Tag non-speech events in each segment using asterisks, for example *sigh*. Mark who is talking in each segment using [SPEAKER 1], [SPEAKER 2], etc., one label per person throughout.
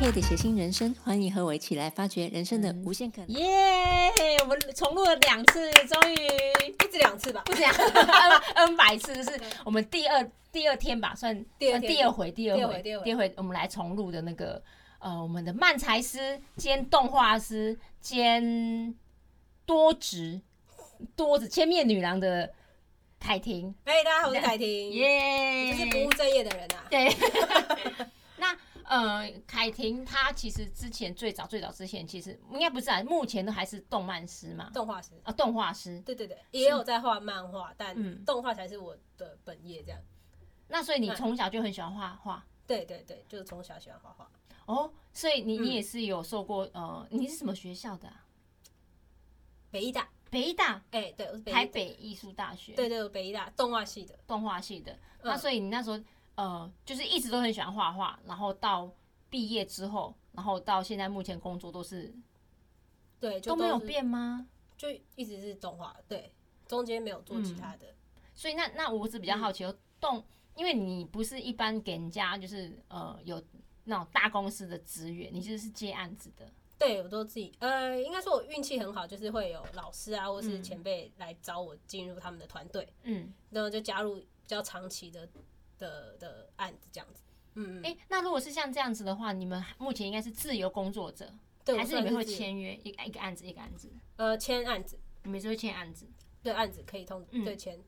[SPEAKER 1] Kate 写新人生，欢迎和我一起来发掘人生的无限可能。
[SPEAKER 2] 耶我们重录了两次，终于
[SPEAKER 3] 不止两次吧？
[SPEAKER 2] 不 *laughs* 讲 N N 百次，就是我们第二第二天吧，算
[SPEAKER 3] 第二
[SPEAKER 2] 呃
[SPEAKER 3] 天
[SPEAKER 2] 第二回，第二
[SPEAKER 3] 第二
[SPEAKER 2] 回，
[SPEAKER 3] 回第二回
[SPEAKER 2] 我们来重录的那个呃，我们的漫才师兼动画师兼多职多子千面女郎的凯婷，
[SPEAKER 3] 哎，大家好，我是凯
[SPEAKER 2] *laughs*
[SPEAKER 3] 婷，
[SPEAKER 2] 耶
[SPEAKER 3] 我就是不务正业的人啊。
[SPEAKER 2] 对，那呃，凯婷她其实之前最早最早之前，其实应该不是啊，目前都还是动漫师嘛，
[SPEAKER 3] 动画师，
[SPEAKER 2] 啊，动画师。
[SPEAKER 3] 对对对，也有在画漫画，
[SPEAKER 2] 嗯
[SPEAKER 3] 但动画才是我的本业，这样。
[SPEAKER 2] 那所以你
[SPEAKER 3] 对
[SPEAKER 2] 从小就很喜欢画画
[SPEAKER 3] 对对对，就是从小喜欢画画。
[SPEAKER 2] 哦，所以你、
[SPEAKER 3] 嗯
[SPEAKER 2] 你也是有受过呃，你是什么学校的、啊？
[SPEAKER 3] 北医大，
[SPEAKER 2] 北医大，
[SPEAKER 3] 哎，对，我是北
[SPEAKER 2] 台
[SPEAKER 3] 医，
[SPEAKER 2] 北艺术大学，
[SPEAKER 3] 对对，我北医大动画系的。
[SPEAKER 2] 动画系的。
[SPEAKER 3] 嗯
[SPEAKER 2] 那所以你那时候呃，就是一直都很喜欢画画，然后到毕业之后，然后到现在目前工作都是
[SPEAKER 3] 对，就
[SPEAKER 2] 都没有
[SPEAKER 3] 是，
[SPEAKER 2] 变吗？
[SPEAKER 3] 就一直是动画，对，中间没有做
[SPEAKER 2] 嗯
[SPEAKER 3] 其他的。
[SPEAKER 2] 所以那那我是比
[SPEAKER 3] 嗯
[SPEAKER 2] 较好奇，哦，动，因为你不是一般给人家就是呃有那种大公司的资源，你就是接案子的。
[SPEAKER 3] 对我都自己，呃，应该说我运气很好，就是会有老师啊，或是
[SPEAKER 2] 嗯
[SPEAKER 3] 前辈来找我进入他们的团队，
[SPEAKER 2] 嗯，
[SPEAKER 3] 然后就加入比较长期的的的案子这样子。嗯，嗯
[SPEAKER 2] 诶，那如果是像这样子的话，你们目前应该是自由工作者，
[SPEAKER 3] 对，
[SPEAKER 2] 还
[SPEAKER 3] 我
[SPEAKER 2] 是你们
[SPEAKER 3] 算
[SPEAKER 2] 会
[SPEAKER 3] 自己
[SPEAKER 2] 签约一一个案子一个案子？
[SPEAKER 3] 呃签案子，
[SPEAKER 2] 你们是会签案子？
[SPEAKER 3] 对案子可以通
[SPEAKER 2] 嗯
[SPEAKER 3] 对签，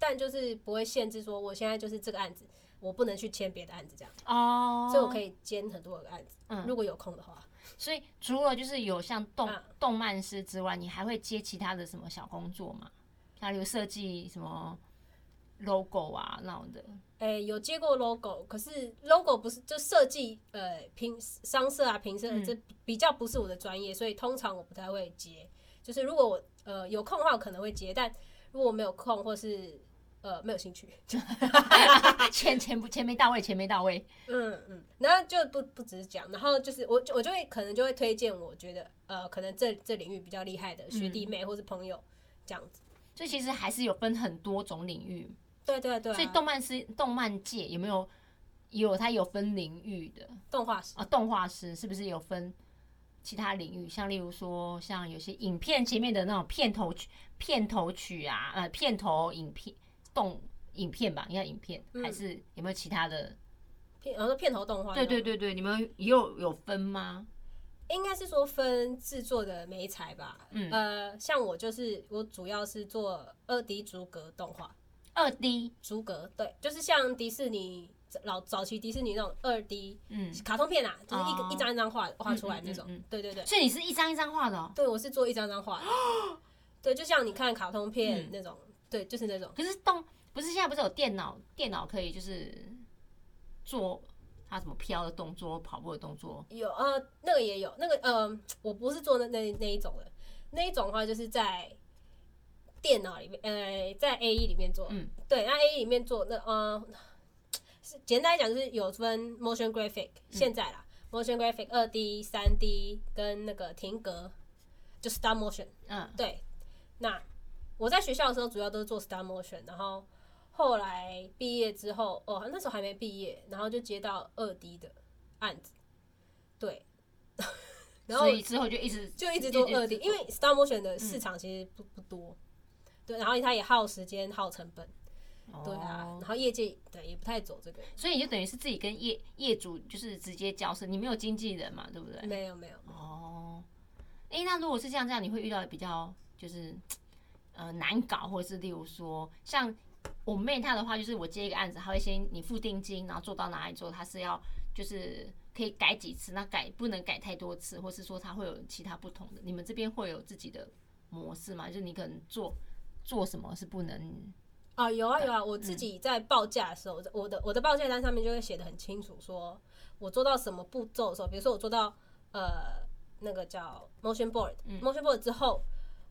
[SPEAKER 3] 但就是不会限制说我现在就是这个案子，我不能去签别的案子这样，
[SPEAKER 2] 哦，
[SPEAKER 3] 所以我可
[SPEAKER 2] 以，
[SPEAKER 3] 以兼很多个案子，
[SPEAKER 2] 嗯，
[SPEAKER 3] 如果有空的话。
[SPEAKER 2] 所以除了就是有像动、
[SPEAKER 3] 嗯
[SPEAKER 2] 动漫师之外，你还会接其他的什么小工作吗？像有设计什么 logo 啊那种的， *laughs*
[SPEAKER 3] 哎，有接过 logo，可是 logo 不是就设计呃平商社啊平社
[SPEAKER 2] 嗯
[SPEAKER 3] 这比较不是我的专业，所以通常我不太会接。就是如果我呃有空的话，我可能会接，但如果我没有空或是呃没有兴趣，
[SPEAKER 2] 钱钱不钱没到位，钱没到位，
[SPEAKER 3] 嗯嗯，然后就不不只是讲，然后就是我就我就会可能就会推荐我觉得呃可能这这领域比较厉害的学弟妹或是朋友这样子。
[SPEAKER 2] 所以其实还是有分很多种领域。
[SPEAKER 3] 对对对啊、
[SPEAKER 2] 所以动漫师动漫界有没有也有它有分领域的？
[SPEAKER 3] 动画师，
[SPEAKER 2] 啊，动画师是不是有分其他领域？像例如说，像有些影片前面的那种片头曲、片头曲啊，呃，片头影片动影片吧，应该影片、
[SPEAKER 3] 嗯
[SPEAKER 2] 还是有没有其他的？
[SPEAKER 3] 片然后片头动画，
[SPEAKER 2] 对对，对对，你们也有有分吗？
[SPEAKER 3] 应该是说分制作的媒材吧。
[SPEAKER 2] 嗯
[SPEAKER 3] 呃，像我就是我主要是做二 D 逐格动画，
[SPEAKER 2] 二 D，
[SPEAKER 3] 逐格对，就是像迪士尼老早期迪士尼那种二 D
[SPEAKER 2] 嗯，
[SPEAKER 3] 卡通片啊，就是一个、
[SPEAKER 2] 哦
[SPEAKER 3] 一张一张画画出来那种。
[SPEAKER 2] 嗯嗯嗯嗯
[SPEAKER 3] 对对对。
[SPEAKER 2] 所以你是一张一张画的、哦，
[SPEAKER 3] 对，我是做一张张画的。
[SPEAKER 2] *gasps*
[SPEAKER 3] 对，就像你看卡通片
[SPEAKER 2] 嗯
[SPEAKER 3] 那种，对，就是那种。
[SPEAKER 2] 可是动不是现在不是有电脑，电脑可以就是做它什么飘的动作、跑步的动作，
[SPEAKER 3] 有呃，那个也有，那个呃，我不是做那那那一种的，那一种的话就是在电脑里面，呃，在 A E 里面做。
[SPEAKER 2] 嗯，
[SPEAKER 3] 对，那 A E 里面做那呃，是简单来讲就是有分 motion graphic，现
[SPEAKER 2] 嗯
[SPEAKER 3] 在啦、motion graphic 二 D、三 D 跟那个停格，就 stop motion。
[SPEAKER 2] 嗯，
[SPEAKER 3] 对，那我在学校的时候主要都是做 star motion，然后后来毕业之后，哦，那时候还没毕业，然后就接到二 D 的案子，对， *laughs* 然后
[SPEAKER 2] 所以之后就一直
[SPEAKER 3] 就一直做二 D，因为 star motion 的市
[SPEAKER 2] 嗯
[SPEAKER 3] 场其实不、不多，对，然后它也耗时间、耗成本，对啊，
[SPEAKER 2] 哦
[SPEAKER 3] 然后业界对也不太走这个，
[SPEAKER 2] 所以你就等于是自己跟业业主就是直接交涉，你没有经纪人嘛，对不对？
[SPEAKER 3] 没有没有，
[SPEAKER 2] 哦，诶，那如果是像这样，你会遇到比较就是呃难搞，或者是例如说像我妹她的话，就是我接一个案子，她会先你付定金，然后做到哪里做，她是要就是可以改几次，那改不能改太多次，或是说她会有其他不同的。你们这边会有自己的模式吗？就是你可能做做什么是不能
[SPEAKER 3] 啊，有啊有啊，我自己在报价的时候，我的我的报价单上面就会写的很清楚，说我做到什么步骤的时候，比如说我做到呃那个叫 motion board，motion、board 之后，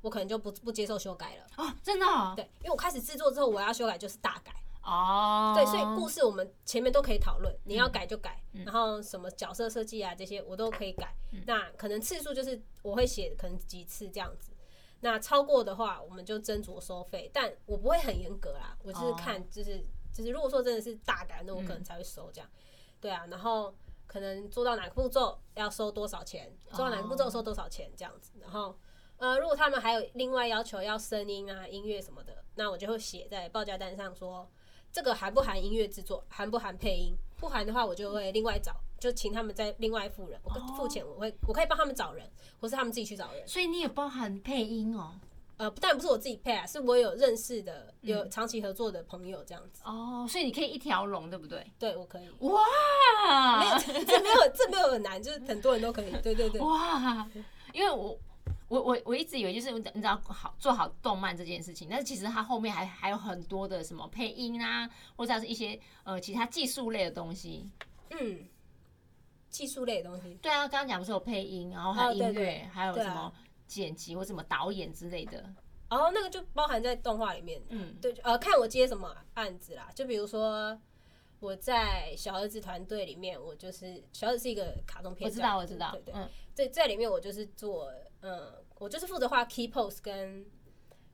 [SPEAKER 3] 我可能就不不接受修改了，
[SPEAKER 2] 哦，真的哦，
[SPEAKER 3] 对，因为我开始制作之后，我要修改就是大改，
[SPEAKER 2] 哦
[SPEAKER 3] 对，所以故事我们前面都可以讨论，你要改就改，然后什么角色设计啊这些我都可以改。那可能次数就是我会写可能几次这样子，那超过的话我们就斟酌收费，但我不会很严格啦，我就是看就是就是如果说真的是大改，那我可能才会收这样。对啊，然后可能做到哪个步骤要收多少钱，做到哪个步骤收多少钱这样子。然后，呃，如果他们还有另外要求要声音啊、音乐什么的，那我就会写在报价单上说这个含不含音乐制作，含不含配音，不含的话我就会另外找，就请他们再另外付人，我
[SPEAKER 2] 哦
[SPEAKER 3] 付钱我会我可以帮他们找人，或是他们自己去找人。
[SPEAKER 2] 所以你也包含配音哦。
[SPEAKER 3] 呃，当然不是我自己配啊，是我有认识的、
[SPEAKER 2] 嗯
[SPEAKER 3] 有长期合作的朋友这样子。
[SPEAKER 2] 哦，所以你可以一条龙，对不对？
[SPEAKER 3] 对我可以，没有
[SPEAKER 2] 哇，
[SPEAKER 3] *laughs* 这没有这没有很难，就是很多人都
[SPEAKER 2] *laughs*
[SPEAKER 3] 可以。对对对，
[SPEAKER 2] 哦哇，因为我。我我我一直以为就是你知道好做好动漫这件事情，但是其实它后面还还有很多的什么配音啊，或者是一些呃其他技术类的东西。
[SPEAKER 3] 嗯，技术类的东西，
[SPEAKER 2] 对啊，刚刚讲不是有配音，然后还有
[SPEAKER 3] 哦对
[SPEAKER 2] 音
[SPEAKER 3] 对
[SPEAKER 2] 乐，还有
[SPEAKER 3] 对啊
[SPEAKER 2] 什么剪辑或什么导演之类的。
[SPEAKER 3] 然后哦那个就包含在动画里面。
[SPEAKER 2] 嗯，
[SPEAKER 3] 对，呃，看我接什么案子啦，就比如说我在小儿子团队里面，我就是小儿子是一个卡通
[SPEAKER 2] 我
[SPEAKER 3] 片
[SPEAKER 2] 知
[SPEAKER 3] 段，
[SPEAKER 2] 道，我知道
[SPEAKER 3] 对。对对
[SPEAKER 2] 嗯，
[SPEAKER 3] 在在里面我就是做，嗯，我就是负责画 key pose 跟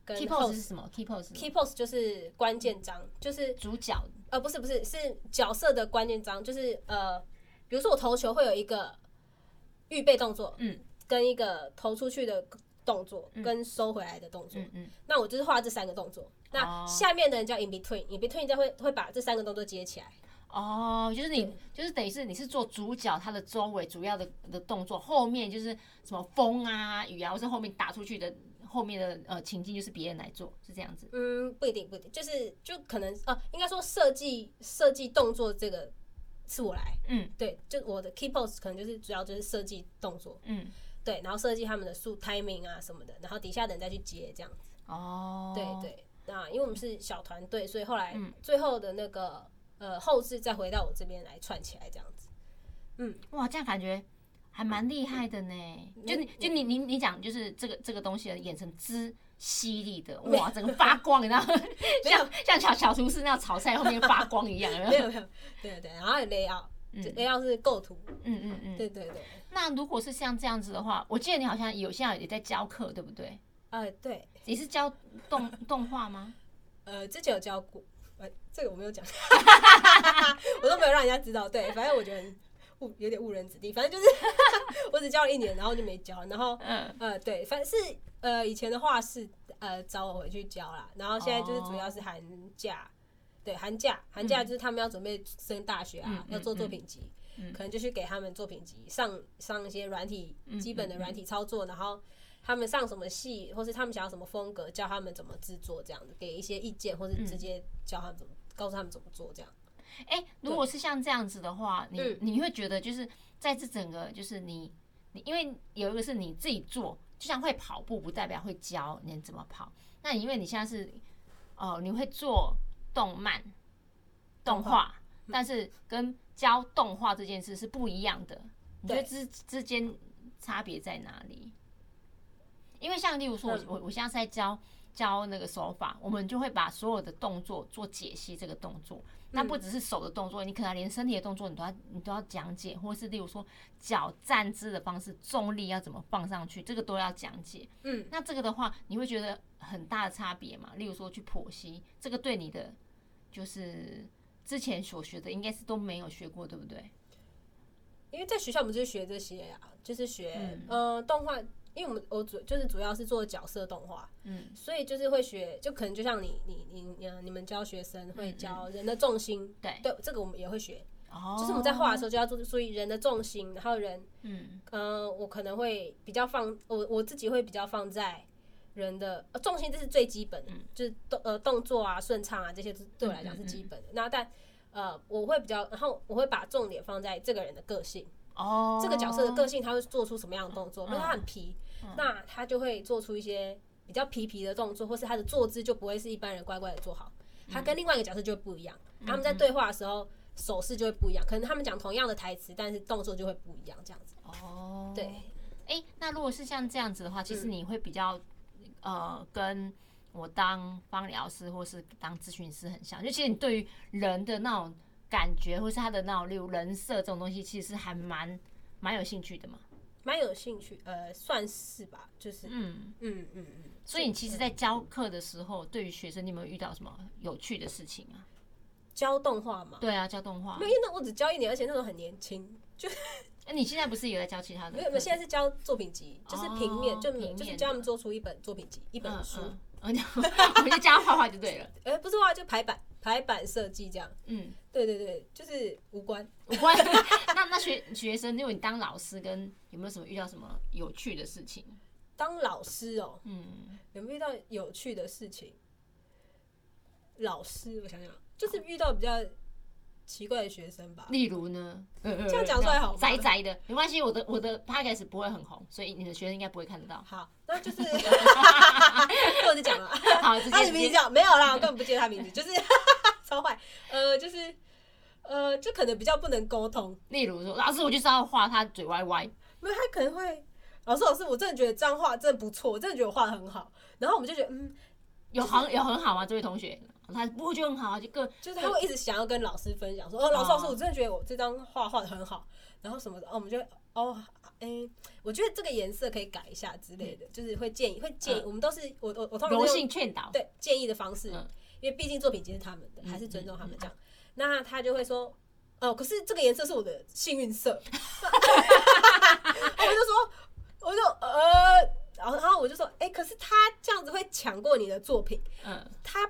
[SPEAKER 3] 跟
[SPEAKER 2] key
[SPEAKER 3] host
[SPEAKER 2] pose 是什么？key pose 是什么
[SPEAKER 3] key pose 就是关键章，就是
[SPEAKER 2] 主角
[SPEAKER 3] 呃，不是不是，是角色的关键章，就是呃，比如说我投球会有一个预备动作，
[SPEAKER 2] 嗯，
[SPEAKER 3] 跟一个投出去的动作，
[SPEAKER 2] 嗯
[SPEAKER 3] 跟收回来的动作。
[SPEAKER 2] 嗯嗯，
[SPEAKER 3] 那我就是画这三个动作。那
[SPEAKER 2] 哦
[SPEAKER 3] 下面的人叫 in between，in between 再会会把这三个动作接起来。
[SPEAKER 2] 哦，就是你，就是等于是你是做主角他的周围主要的的动作，后面就是什么风啊、雨啊，或是后面打出去的后面的呃情境，就是别人来做，是这样子。
[SPEAKER 3] 嗯，不一定不一定，就是就可能呃，应该说设计设计动作这个是我来，
[SPEAKER 2] 嗯
[SPEAKER 3] 对，就我的 key pose 可能就是主要就是设计动作，
[SPEAKER 2] 嗯，
[SPEAKER 3] 对，然后设计他们的速 timing 啊什么的，然后底下的人再去接这样。
[SPEAKER 2] 哦，
[SPEAKER 3] 对对，那因为我们是小团队，所以后来
[SPEAKER 2] 嗯
[SPEAKER 3] 最后的那个呃后置再回到我这边来串起来这样子。 *laughs*
[SPEAKER 2] 哇，这样感觉还蛮厉害的呢。
[SPEAKER 3] 嗯
[SPEAKER 2] 就你就你你你讲，就是这个这个东西的眼神之犀利的，哇，整个发光，你知道，
[SPEAKER 3] *laughs*
[SPEAKER 2] 像像小小厨师那样炒菜后面发光一样，有没
[SPEAKER 3] 没
[SPEAKER 2] 有？
[SPEAKER 3] 有没有，对对，然后 layout
[SPEAKER 2] 嗯
[SPEAKER 3] 就 layout 是构图，
[SPEAKER 2] 嗯嗯嗯。
[SPEAKER 3] 对对对，
[SPEAKER 2] 那如果是像这样子的话，我记得你好像有现在也在教课，对不对？
[SPEAKER 3] 呃对，
[SPEAKER 2] 你是教动动画吗？
[SPEAKER 3] 呃之前有教过，呃这个我没有讲， *laughs* 我都没有让人家知道，对，反正我觉得很误有点误人子弟，反正就是 *laughs* 我只教了一年，然后就没教，然后
[SPEAKER 2] 嗯，
[SPEAKER 3] 呃对，反正是呃以前的话是呃找我回去教啦，然后现在就是主要是寒假，对寒假寒假就是他们要准备升大学啊，
[SPEAKER 2] 嗯
[SPEAKER 3] 要做作品集，
[SPEAKER 2] 嗯
[SPEAKER 3] 可能就去给他们作品集上上一些软体
[SPEAKER 2] 嗯
[SPEAKER 3] 基本的软体操作，然后。他们上什么戏，或是他们想要什么风格，教他们怎么制作，这样子给一些意见，或是直接教他们怎么，告诉他们怎么做，这样。
[SPEAKER 2] 哎、如果是像这样子的话，你
[SPEAKER 3] 嗯
[SPEAKER 2] 你会觉得就是在这整个就是你你，因为有一个是你自己做，就像会跑步不代表会教你怎么跑。那因为你现在是哦、呃你会做动漫动
[SPEAKER 3] 动画
[SPEAKER 2] 画，但是跟教动画这件事是不一样的。你觉得
[SPEAKER 3] 对
[SPEAKER 2] 之之间差别在哪里？因为像例如说，我
[SPEAKER 3] 嗯
[SPEAKER 2] 我我现在是在教教那个手法，我们就会把所有的动作做解析这个动作。那
[SPEAKER 3] 嗯
[SPEAKER 2] 不只是手的动作，你可能连身体的动作你都要你都要讲解，或是例如说脚站姿的方式、重力要怎么放上去，这个都要讲解。
[SPEAKER 3] 嗯，
[SPEAKER 2] 那这个的话，你会觉得很大的差别嘛？例如说去剖析，这个对你的就是之前所学的应该是都没有学过，对不对？
[SPEAKER 3] 因为在学校我们就是学这些啊，就是学
[SPEAKER 2] 嗯
[SPEAKER 3] 呃动画，因为我们我主就是主要是做角色动画，
[SPEAKER 2] 嗯，
[SPEAKER 3] 所以就是会学，就可能就像你你你你呃你们教学生会教人的重心，
[SPEAKER 2] 嗯对
[SPEAKER 3] 对，这个我们也会学，
[SPEAKER 2] 哦
[SPEAKER 3] 就是我们在画的时候就要注注意人的重心，然后人
[SPEAKER 2] 嗯
[SPEAKER 3] 呃，我可能会比较放我我自己会比较放在人的、呃重心，这是最基本
[SPEAKER 2] 嗯
[SPEAKER 3] 的，就是动呃动作啊、顺畅啊这些，对我来讲是
[SPEAKER 2] 嗯
[SPEAKER 3] 基本的。那但呃，我会比较，然后我会把重点放在这个人的个性，
[SPEAKER 2] 哦，
[SPEAKER 3] 这个角色的个性，他会做出什么样的动作？比如他很皮，
[SPEAKER 2] 嗯
[SPEAKER 3] 那他就会做出一些比较皮皮的动作，或是他的坐姿就不会是一般人乖乖的做好，他
[SPEAKER 2] 嗯
[SPEAKER 3] 跟另外一个角色就会不一样。他们在对话的时候。手势就会不一样，可能他们讲同样的台词，但是动作就会不一样，这样子。
[SPEAKER 2] 哦，
[SPEAKER 3] 对，
[SPEAKER 2] 哎、那如果是像这样子的话，其
[SPEAKER 3] 嗯
[SPEAKER 2] 实你会比较、呃，跟我当芳疗师或是当咨询师很像，就其实你对于人的那种感觉，或是他的那种例如人设这种东西，其实还蛮蛮有兴趣的嘛。
[SPEAKER 3] 蛮有兴趣，呃，算是吧，就是，嗯
[SPEAKER 2] 嗯，
[SPEAKER 3] 嗯嗯嗯。
[SPEAKER 2] 所以你其实，在教课的时候，对于学生，你有没有遇到什么有趣的事情啊？
[SPEAKER 3] 教动画嘛，
[SPEAKER 2] 对啊，教动画
[SPEAKER 3] 没。有，因为那我只教一年，而且那时候很年轻，
[SPEAKER 2] 哎，你现在不是有在教其他的课？
[SPEAKER 3] 没有，没有，现在是教作品集，就是平面，
[SPEAKER 2] 哦
[SPEAKER 3] 就
[SPEAKER 2] 平面
[SPEAKER 3] 就是教他们做出一本作品集，一本书，
[SPEAKER 2] 嗯，嗯嗯 *laughs* 我们就教他画画就对了。
[SPEAKER 3] 哎、不是哇，就排版排版设计这样，
[SPEAKER 2] 嗯，
[SPEAKER 3] 对对对，就是无关。
[SPEAKER 2] 我不会。 *laughs* 那那学学生，因为你当老师，跟有没有什么遇到什么有趣的事情？
[SPEAKER 3] 当老师哦、
[SPEAKER 2] 嗯，
[SPEAKER 3] 有没有遇到有趣的事情？老师，我想想，就是遇到比较奇怪的学生吧。
[SPEAKER 2] 例如呢？呃这
[SPEAKER 3] 这样讲出来好吗
[SPEAKER 2] 宅宅的，没关系，我的我的 podcast 不会很红，所以你的学生应该不会看得
[SPEAKER 3] *laughs*
[SPEAKER 2] 到。
[SPEAKER 3] 好，那就是我就讲了，啊
[SPEAKER 2] 好，直
[SPEAKER 3] 他
[SPEAKER 2] 接
[SPEAKER 3] 的
[SPEAKER 2] 直
[SPEAKER 3] 名字
[SPEAKER 2] 接
[SPEAKER 3] 叫没有啦，我根本不记得他名字，就是 *laughs* 超坏。呃，就是呃，就可能比较不能沟通，
[SPEAKER 2] 例如说，老师，我就是要画他嘴歪歪。
[SPEAKER 3] 因为他可能会。老师，老师，我真的觉得这样画真的不错，我真的觉得我画的很好。然后我们就觉得，嗯，
[SPEAKER 2] 有
[SPEAKER 3] *laughs*
[SPEAKER 2] 很有很好吗？这位同学，他不过就很好啊，就各
[SPEAKER 3] 就是他会一直想要跟老师分享说，哦，老师，老师，我真的觉得我这张画画的很好，然后什么的，哦，我们就哦，哎、我觉得这个颜色可以改一下之类的，就是会建议，会建议，
[SPEAKER 2] 嗯
[SPEAKER 3] 我们都是我我我通常
[SPEAKER 2] 柔
[SPEAKER 3] 都
[SPEAKER 2] 性
[SPEAKER 3] 用
[SPEAKER 2] 劝导。
[SPEAKER 3] 对建议的方式，
[SPEAKER 2] 嗯
[SPEAKER 3] 因为毕竟作品集是他们的，
[SPEAKER 2] 嗯
[SPEAKER 3] 还是尊重他们这样。那他就会说，哦，可是这个颜色是我的幸运色， *laughs* 我就说，我就呃，然后然后我就说，哎、可是他这样子会抢过你的作品。
[SPEAKER 2] 嗯，
[SPEAKER 3] 它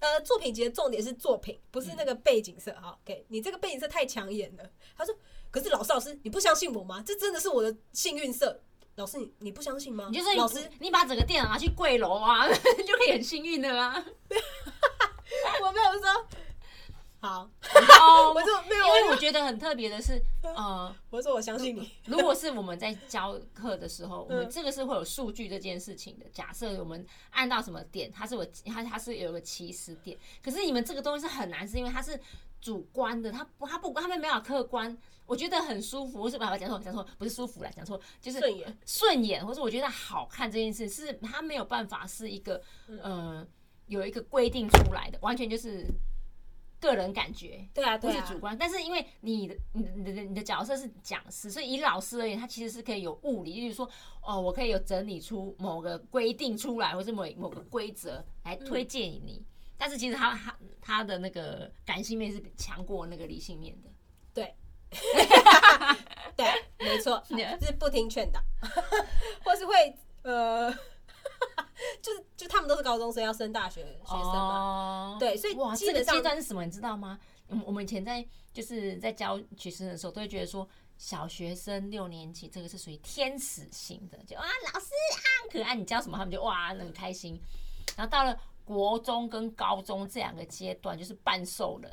[SPEAKER 3] 呃作品集的重点是作品，不是那个背景
[SPEAKER 2] 嗯
[SPEAKER 3] 色。好，OK，你这个背景色太抢眼了。他说，可是老师老师，你不相信我吗？这真的是我的幸运色。老师，你你不相信吗？
[SPEAKER 2] 你就说你
[SPEAKER 3] 哦老师，
[SPEAKER 2] 你把整个电脑拿去柜楼啊， *laughs* 就可以很幸运的
[SPEAKER 3] *laughs*
[SPEAKER 2] 啊。
[SPEAKER 3] 我没有说。好，
[SPEAKER 2] 哦
[SPEAKER 3] 我就没有，啊
[SPEAKER 2] 因为
[SPEAKER 3] 我
[SPEAKER 2] 我觉得很特别的是，呃，
[SPEAKER 3] 我说我相信你。
[SPEAKER 2] 如果是我们在教课的时候，我们
[SPEAKER 3] 嗯
[SPEAKER 2] 这个是会有数据这件事情的。假设我们按到什么点，它是我它它是有个起始点，可是你们这个东西是很难，是因为它是主观的，它不它不它们没有客观。我觉得很舒服，我是把它讲错讲错，不是舒服啦，讲错就是
[SPEAKER 3] 顺眼
[SPEAKER 2] 顺眼，或者我觉得好看这件事，是它没有办法是一个
[SPEAKER 3] 嗯
[SPEAKER 2] 呃有一个规定出来的，完全就是个人感觉。
[SPEAKER 3] 对啊，
[SPEAKER 2] 不
[SPEAKER 3] 对
[SPEAKER 2] 是
[SPEAKER 3] 啊，
[SPEAKER 2] 主观，但是因为你的、你的、你的、你的角色是讲师，所以以老师而言，他其实是可以有物理，例如说，哦，我可以有整理出某个规定出来，或是某某个规则来推荐你。但是其实他他他的那个感性面是强过那个理性面的。
[SPEAKER 3] 对，没错，
[SPEAKER 2] *laughs* Yeah
[SPEAKER 3] 就是不听劝导， *laughs* 或是会呃， *laughs* 就是就他们都是高中生，要升大学学生
[SPEAKER 2] 哦
[SPEAKER 3] 嘛。对所以
[SPEAKER 2] 哇，
[SPEAKER 3] 基
[SPEAKER 2] 这个
[SPEAKER 3] 本上
[SPEAKER 2] 阶段是什么？你知道吗？我们我们以前在就是在教学生的时候，都会觉得说，小学生六年级这个是属于天使型的，就啊老师啊很可爱，你教什么他们就哇很开心。然后到了国中跟高中这两个阶段，就是半兽人，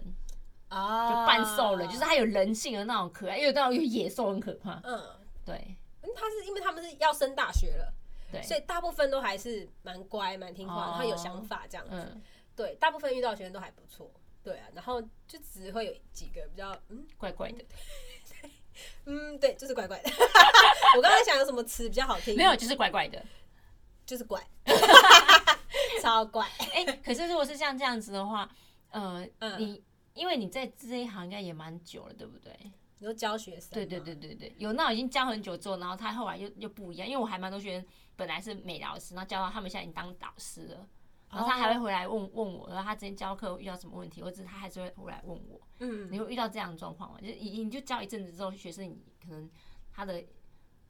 [SPEAKER 2] 就
[SPEAKER 3] 啊
[SPEAKER 2] 半兽人，就是他有人性的那种可爱，又有那种有野兽很可怕。
[SPEAKER 3] 嗯，
[SPEAKER 2] 对
[SPEAKER 3] 因为他是因为他们是要升大学了，
[SPEAKER 2] 对，
[SPEAKER 3] 所以大部分都还是蛮乖、蛮听话，
[SPEAKER 2] 哦
[SPEAKER 3] 然后有想法这样子。
[SPEAKER 2] 嗯，
[SPEAKER 3] 对，大部分遇到的学生都还不错。对啊，然后就只会有几个比较，嗯
[SPEAKER 2] 怪怪的，
[SPEAKER 3] 嗯，对，就是怪怪的。 *laughs* 我刚才想有什么词比较好听，
[SPEAKER 2] 没有，，就是怪怪的。
[SPEAKER 3] 就是怪， *laughs* 超怪。
[SPEAKER 2] 哎、可是如果是像这样子的话，呃，
[SPEAKER 3] 嗯
[SPEAKER 2] 你因为你在这一行应该也蛮久了，对不对？
[SPEAKER 3] 你说教学生，哦
[SPEAKER 2] 对对，对对对，有那种已经教很久之后，然后他后来又又不一样，因为我还蛮多学生本来是美老师，然后教到他们现在已经当导师了。然后他还会回来问问我，然后他之前教课遇到什么问题，或者他还是会回来问我，
[SPEAKER 3] 嗯，
[SPEAKER 2] 你会遇到这样的状况吗？就是你你就教一阵子之后，学生你可能他的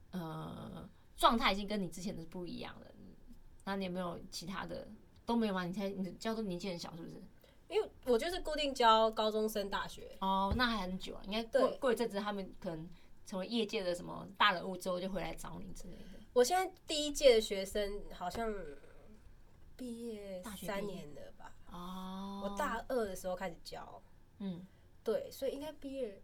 [SPEAKER 2] 呃状态已经跟你之前的不一样了，那你有没有其他的都没有吗？你才你教都年纪很小是不是？
[SPEAKER 3] 因为我就是固定教高中生、大学，
[SPEAKER 2] 哦，那还很久啊，应该过
[SPEAKER 3] 对
[SPEAKER 2] 过一阵子他们可能成为业界的什么大人物之后就回来找你之类的。
[SPEAKER 3] 我现在第一届的学生好像毕业
[SPEAKER 2] 大学毕业
[SPEAKER 3] 三年了吧？
[SPEAKER 2] 哦，
[SPEAKER 3] 我大二的时候开始教，
[SPEAKER 2] 嗯，
[SPEAKER 3] 对，所以应该毕业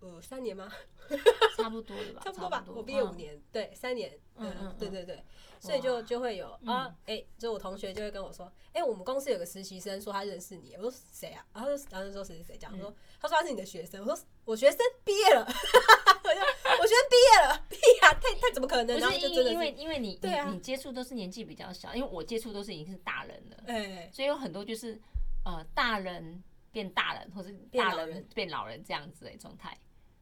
[SPEAKER 3] 呃三年吗？
[SPEAKER 2] 啊差不多嗯了吧，
[SPEAKER 3] *laughs* 差不多吧，我毕业五，年，对，三年，
[SPEAKER 2] 嗯嗯
[SPEAKER 3] 嗯
[SPEAKER 2] 嗯，
[SPEAKER 3] 对对对，所以就就会有啊，哎，就我同学就会跟我说，哎，我们公司有个实习生说他认识你，我说谁啊？然后就然后就说谁谁谁这
[SPEAKER 2] 嗯
[SPEAKER 3] 样，我说他说他是你的学生，我说我学生毕业了，我就我学生毕业了，屁呀，太太怎么可
[SPEAKER 2] 不
[SPEAKER 3] 能？然后
[SPEAKER 2] 是
[SPEAKER 3] 就
[SPEAKER 2] 因
[SPEAKER 3] 真的
[SPEAKER 2] 因为
[SPEAKER 3] 是，
[SPEAKER 2] 因为你
[SPEAKER 3] 对啊
[SPEAKER 2] 你你接触都是年纪比较小，因为我接触都是已经是大人了。
[SPEAKER 3] 哎，
[SPEAKER 2] 所以有很多就是呃大人变大人，或是
[SPEAKER 3] 变
[SPEAKER 2] 大
[SPEAKER 3] 老
[SPEAKER 2] 人
[SPEAKER 3] 人
[SPEAKER 2] 变老人这样子的状态。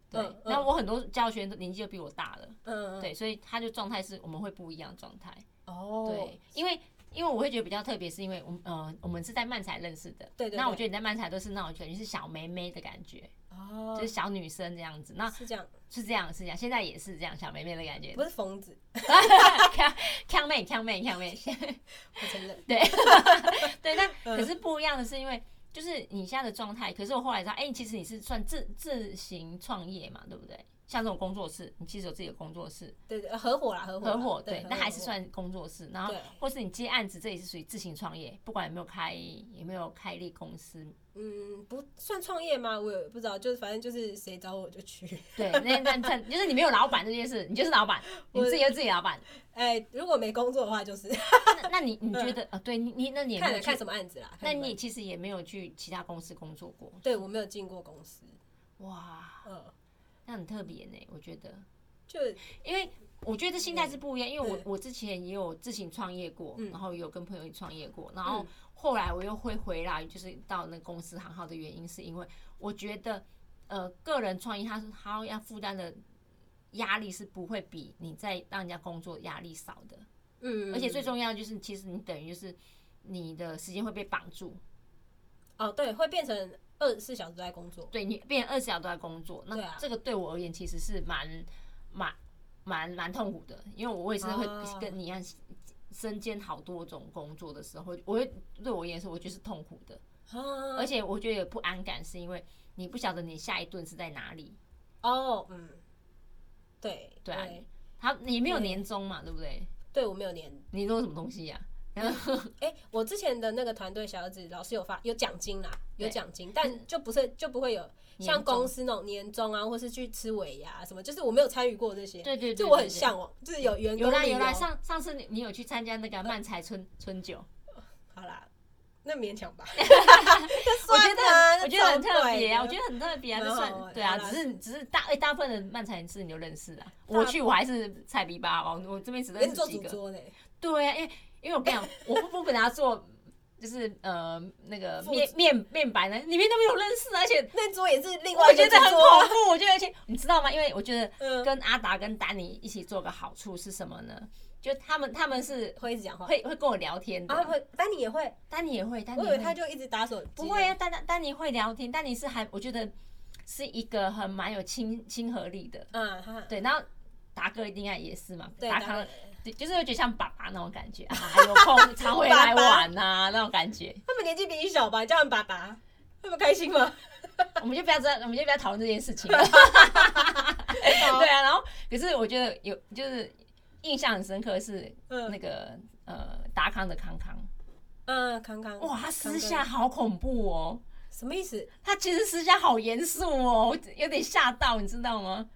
[SPEAKER 2] 对
[SPEAKER 3] 嗯，
[SPEAKER 2] 那、
[SPEAKER 3] 嗯
[SPEAKER 2] 我很多教学生都年纪就比我大了，
[SPEAKER 3] 嗯，嗯，
[SPEAKER 2] 对，所以他就状态是我们会不一样的状态。
[SPEAKER 3] 哦，
[SPEAKER 2] 对，因为因为我会觉得比较特别，是因为我们呃我们是在漫才认识的，
[SPEAKER 3] 对对对
[SPEAKER 2] 那我觉得你在漫才都是那种等于是小妹妹的感觉，
[SPEAKER 3] 哦
[SPEAKER 2] 就是小女生这样子。那
[SPEAKER 3] 是这样，
[SPEAKER 2] 是这样是这样，现在也是这样小妹妹的感觉 *laughs*
[SPEAKER 3] 不。是疯子，
[SPEAKER 2] 康妹康妹康妹， *laughs*
[SPEAKER 3] 我承认。
[SPEAKER 2] 对，那
[SPEAKER 3] 嗯
[SPEAKER 2] 可是不一样的是，因为就是你现在的状态。可是我后来知道，哎、其实你是算自自行创业嘛，对不对？像这种工作室，你其实有自己的工作室，
[SPEAKER 3] 对对，合伙啦，合伙啦，
[SPEAKER 2] 合伙对，那还是
[SPEAKER 3] 合伙
[SPEAKER 2] 算工作室。然后
[SPEAKER 3] 对
[SPEAKER 2] 或是你接案子，这也是属于自行创业，不管有没有开有没有开立公司，
[SPEAKER 3] 嗯，不算创业吗？我也不知道，就是反正就是谁找我就去。 *laughs*
[SPEAKER 2] 对，那那那就是你没有老板这件事，你就是老板，你
[SPEAKER 3] 我
[SPEAKER 2] 自己就是自己老板。
[SPEAKER 3] 哎，如果没工作的话，就是
[SPEAKER 2] 那那你你觉得呃，对你你那你也没有
[SPEAKER 3] 嗯看
[SPEAKER 2] 去
[SPEAKER 3] 看什么案子啦。看
[SPEAKER 2] 那
[SPEAKER 3] 什么
[SPEAKER 2] 你
[SPEAKER 3] 案子
[SPEAKER 2] 其实也没有去其他公司工作过，
[SPEAKER 3] 对我没有进过公司，
[SPEAKER 2] 哇，
[SPEAKER 3] 嗯，
[SPEAKER 2] 那很特别呢，我觉得。
[SPEAKER 3] 就
[SPEAKER 2] 因为我觉得心态是不一样，因为我
[SPEAKER 3] 嗯对
[SPEAKER 2] 我之前也有自行创业过，
[SPEAKER 3] 嗯
[SPEAKER 2] 然后也有跟朋友一起创业过，然后后来我又会回来，就是到那个公司行号的原因，是因为我觉得，呃，个人创业他是他要负担的压力是不会比你在让人家工作压力少的，
[SPEAKER 3] 嗯，
[SPEAKER 2] 而且最重要的就是，其实你等于就是你的时间会被绑住，
[SPEAKER 3] 哦，对，会变成二十四小时都在工作。
[SPEAKER 2] 对你变二十小时都在工作，
[SPEAKER 3] 对
[SPEAKER 2] 那
[SPEAKER 3] 啊
[SPEAKER 2] 这个对我而言其实是蛮蛮蛮蛮痛苦的，因为我也是会
[SPEAKER 3] 哦
[SPEAKER 2] 跟你一样身兼好多种工作的时候，我会对我而言是我觉得是痛苦的，
[SPEAKER 3] 啊
[SPEAKER 2] 而且我觉得有不安感，是因为你不晓得你下一顿是在哪里，
[SPEAKER 3] 哦，嗯，对
[SPEAKER 2] 对啊，他你没有年终嘛，对不对？
[SPEAKER 3] 对我没有年，
[SPEAKER 2] 你都有什么东西呀、
[SPEAKER 3] 哎，我之前的那个团队小儿子老师有发有奖金啦，有
[SPEAKER 2] 对
[SPEAKER 3] 奖金，但就不是就不会有
[SPEAKER 2] *laughs* 年
[SPEAKER 3] 像公
[SPEAKER 2] 终
[SPEAKER 3] 司那种年终啊，或是去吃尾牙啊什么，就是我没有参与过这些。
[SPEAKER 2] 对对对
[SPEAKER 3] 就我很
[SPEAKER 2] 对对
[SPEAKER 3] 向往，就是有员工
[SPEAKER 2] 有啦
[SPEAKER 3] 旅
[SPEAKER 2] 有啦，
[SPEAKER 3] 游
[SPEAKER 2] 上上次你你有去参加那个漫才春春酒，
[SPEAKER 3] 好啦，那勉
[SPEAKER 2] *laughs*
[SPEAKER 3] 强吧。
[SPEAKER 2] 我觉
[SPEAKER 3] 算了
[SPEAKER 2] 得我觉得很特别啊，
[SPEAKER 3] 那
[SPEAKER 2] 我
[SPEAKER 3] 种鬼的
[SPEAKER 2] 觉得很特别啊，
[SPEAKER 3] 蛮
[SPEAKER 2] 这
[SPEAKER 3] 好
[SPEAKER 2] 算
[SPEAKER 3] 玩
[SPEAKER 2] 对啊，
[SPEAKER 3] 好啦
[SPEAKER 2] 只是只是大哎大部分的漫才师你都认识啊，我去我还是菜逼吧，我我这边只
[SPEAKER 3] 人
[SPEAKER 2] 认
[SPEAKER 3] 家
[SPEAKER 2] 识
[SPEAKER 3] 做
[SPEAKER 2] 几
[SPEAKER 3] 主
[SPEAKER 2] 个，
[SPEAKER 3] 桌呢，
[SPEAKER 2] 对啊，因为因为我跟你讲，我不不给他做。就是呃那
[SPEAKER 3] *laughs*
[SPEAKER 2] 个
[SPEAKER 3] 父
[SPEAKER 2] 面面面白呢，里面都没有认识，啊而且
[SPEAKER 3] 那桌也是另外
[SPEAKER 2] 我
[SPEAKER 3] 一
[SPEAKER 2] 觉
[SPEAKER 3] 个
[SPEAKER 2] 得很
[SPEAKER 3] 主
[SPEAKER 2] 恐
[SPEAKER 3] 桌。
[SPEAKER 2] 怖，我觉得而且你知道吗？因为我觉得
[SPEAKER 3] 嗯
[SPEAKER 2] 跟阿达跟丹尼一起做个好处是什么呢？就他们他们是
[SPEAKER 3] 会一直讲话，
[SPEAKER 2] 会会跟我聊天的，
[SPEAKER 3] 啊会，丹尼也会，
[SPEAKER 2] 丹尼也会，丹尼
[SPEAKER 3] 我以为
[SPEAKER 2] 会
[SPEAKER 3] 他就一直打手机。
[SPEAKER 2] 不会啊，，丹丹丹尼会聊天，丹尼是还我觉得是一个很蛮有亲亲和力的，
[SPEAKER 3] 啊哈，
[SPEAKER 2] 对，然后达哥应该也是嘛，
[SPEAKER 3] 对
[SPEAKER 2] 达
[SPEAKER 3] 达
[SPEAKER 2] 康
[SPEAKER 3] 哥，
[SPEAKER 2] 对，就是有点像爸爸那种感觉啊，有空常回来
[SPEAKER 3] 爸爸
[SPEAKER 2] 玩啊那种感
[SPEAKER 3] *laughs*
[SPEAKER 2] 觉，
[SPEAKER 3] 他们年纪比你小吧？叫他们爸爸，他们开心吗？
[SPEAKER 2] 我们就不要知道，我们就不要讨论这件事情了， *laughs*
[SPEAKER 3] 哦
[SPEAKER 2] *laughs* 对啊，然后可是我觉得有就是印象很深刻是
[SPEAKER 3] 嗯
[SPEAKER 2] 那个呃达康的康康，
[SPEAKER 3] 嗯，康康，
[SPEAKER 2] 哇，他私
[SPEAKER 3] 康
[SPEAKER 2] 下
[SPEAKER 3] 康
[SPEAKER 2] 好恐怖哦。
[SPEAKER 3] 什么意思？
[SPEAKER 2] 他其实私下好严肃哦，我有点吓到，你知道吗？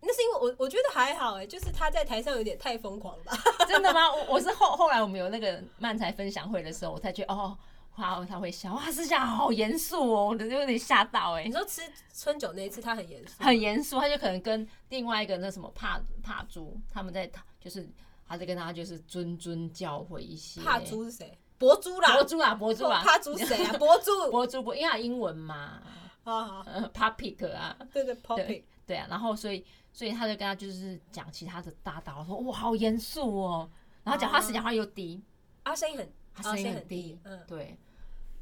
[SPEAKER 3] 那是因为我我觉得还好哎，就是他在台上有点太疯狂了吧。
[SPEAKER 2] *laughs* 真的吗？我我是后后来我们有那个漫才分享会的时候，我才觉得哦，哇，他会笑，哇，私下好严肃哦，我有点吓到哎、
[SPEAKER 3] 你说吃春酒那一次，他很严肃，
[SPEAKER 2] 很严肃，他就可能跟另外一个那什么帕帕猪他们在讨就是。他在跟他就是谆谆教诲一些，
[SPEAKER 3] 怕猪是谁？博猪啦，
[SPEAKER 2] 啊博猪啊，博猪啊，
[SPEAKER 3] 怕猪谁
[SPEAKER 2] *laughs*
[SPEAKER 3] 啊？博猪，
[SPEAKER 2] 博猪博，因为他有英文嘛， *laughs*
[SPEAKER 3] 好好，
[SPEAKER 2] 呃 p a p i c 啊，
[SPEAKER 3] 对对，popping，
[SPEAKER 2] 对啊，然后所以所以他就跟他就是讲其他的大道，我说哇好严肃哦，然后讲话时讲话又低，
[SPEAKER 3] 啊，声音很，
[SPEAKER 2] 他
[SPEAKER 3] 啊
[SPEAKER 2] 声音很
[SPEAKER 3] 低
[SPEAKER 2] 低，，
[SPEAKER 3] 嗯，
[SPEAKER 2] 对，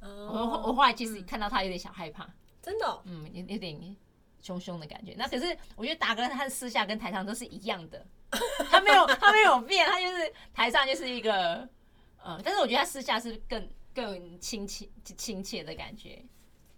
[SPEAKER 2] 我
[SPEAKER 3] 哦，
[SPEAKER 2] 后我后来其实看到他有点小害怕，
[SPEAKER 3] 真的哦，
[SPEAKER 2] 嗯，有有点凶凶的感觉。那可是我觉得达哥他的私下跟台上都是一样的，他没有 *laughs* 他没有变，他就是台上就是一个呃，但是我觉得他私下是更更亲切亲切的感觉。你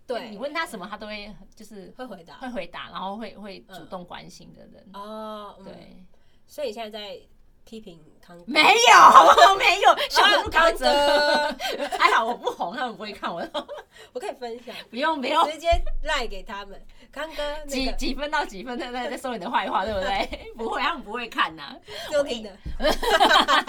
[SPEAKER 3] 对，
[SPEAKER 2] 问他什么，他都会就是
[SPEAKER 3] 会回答
[SPEAKER 2] 会回答，然后会会主动关心的人。
[SPEAKER 3] 哦，嗯，
[SPEAKER 2] 对，
[SPEAKER 3] 所以你现在在批评康哥
[SPEAKER 2] 没有，好不好？没有，小
[SPEAKER 3] 啊
[SPEAKER 2] 鹿康泽，
[SPEAKER 3] 康哥
[SPEAKER 2] 还好我不红，他们不会看我。
[SPEAKER 3] *laughs*
[SPEAKER 2] *laughs*
[SPEAKER 3] 我可以分享，
[SPEAKER 2] 不用不用，
[SPEAKER 3] 直接赖给他们，康哥那
[SPEAKER 2] 几
[SPEAKER 3] 个
[SPEAKER 2] 几分到几分在在在说你的坏话，对不对？ *laughs* 不会，他们不会看呐、
[SPEAKER 3] 就听的，
[SPEAKER 2] 哎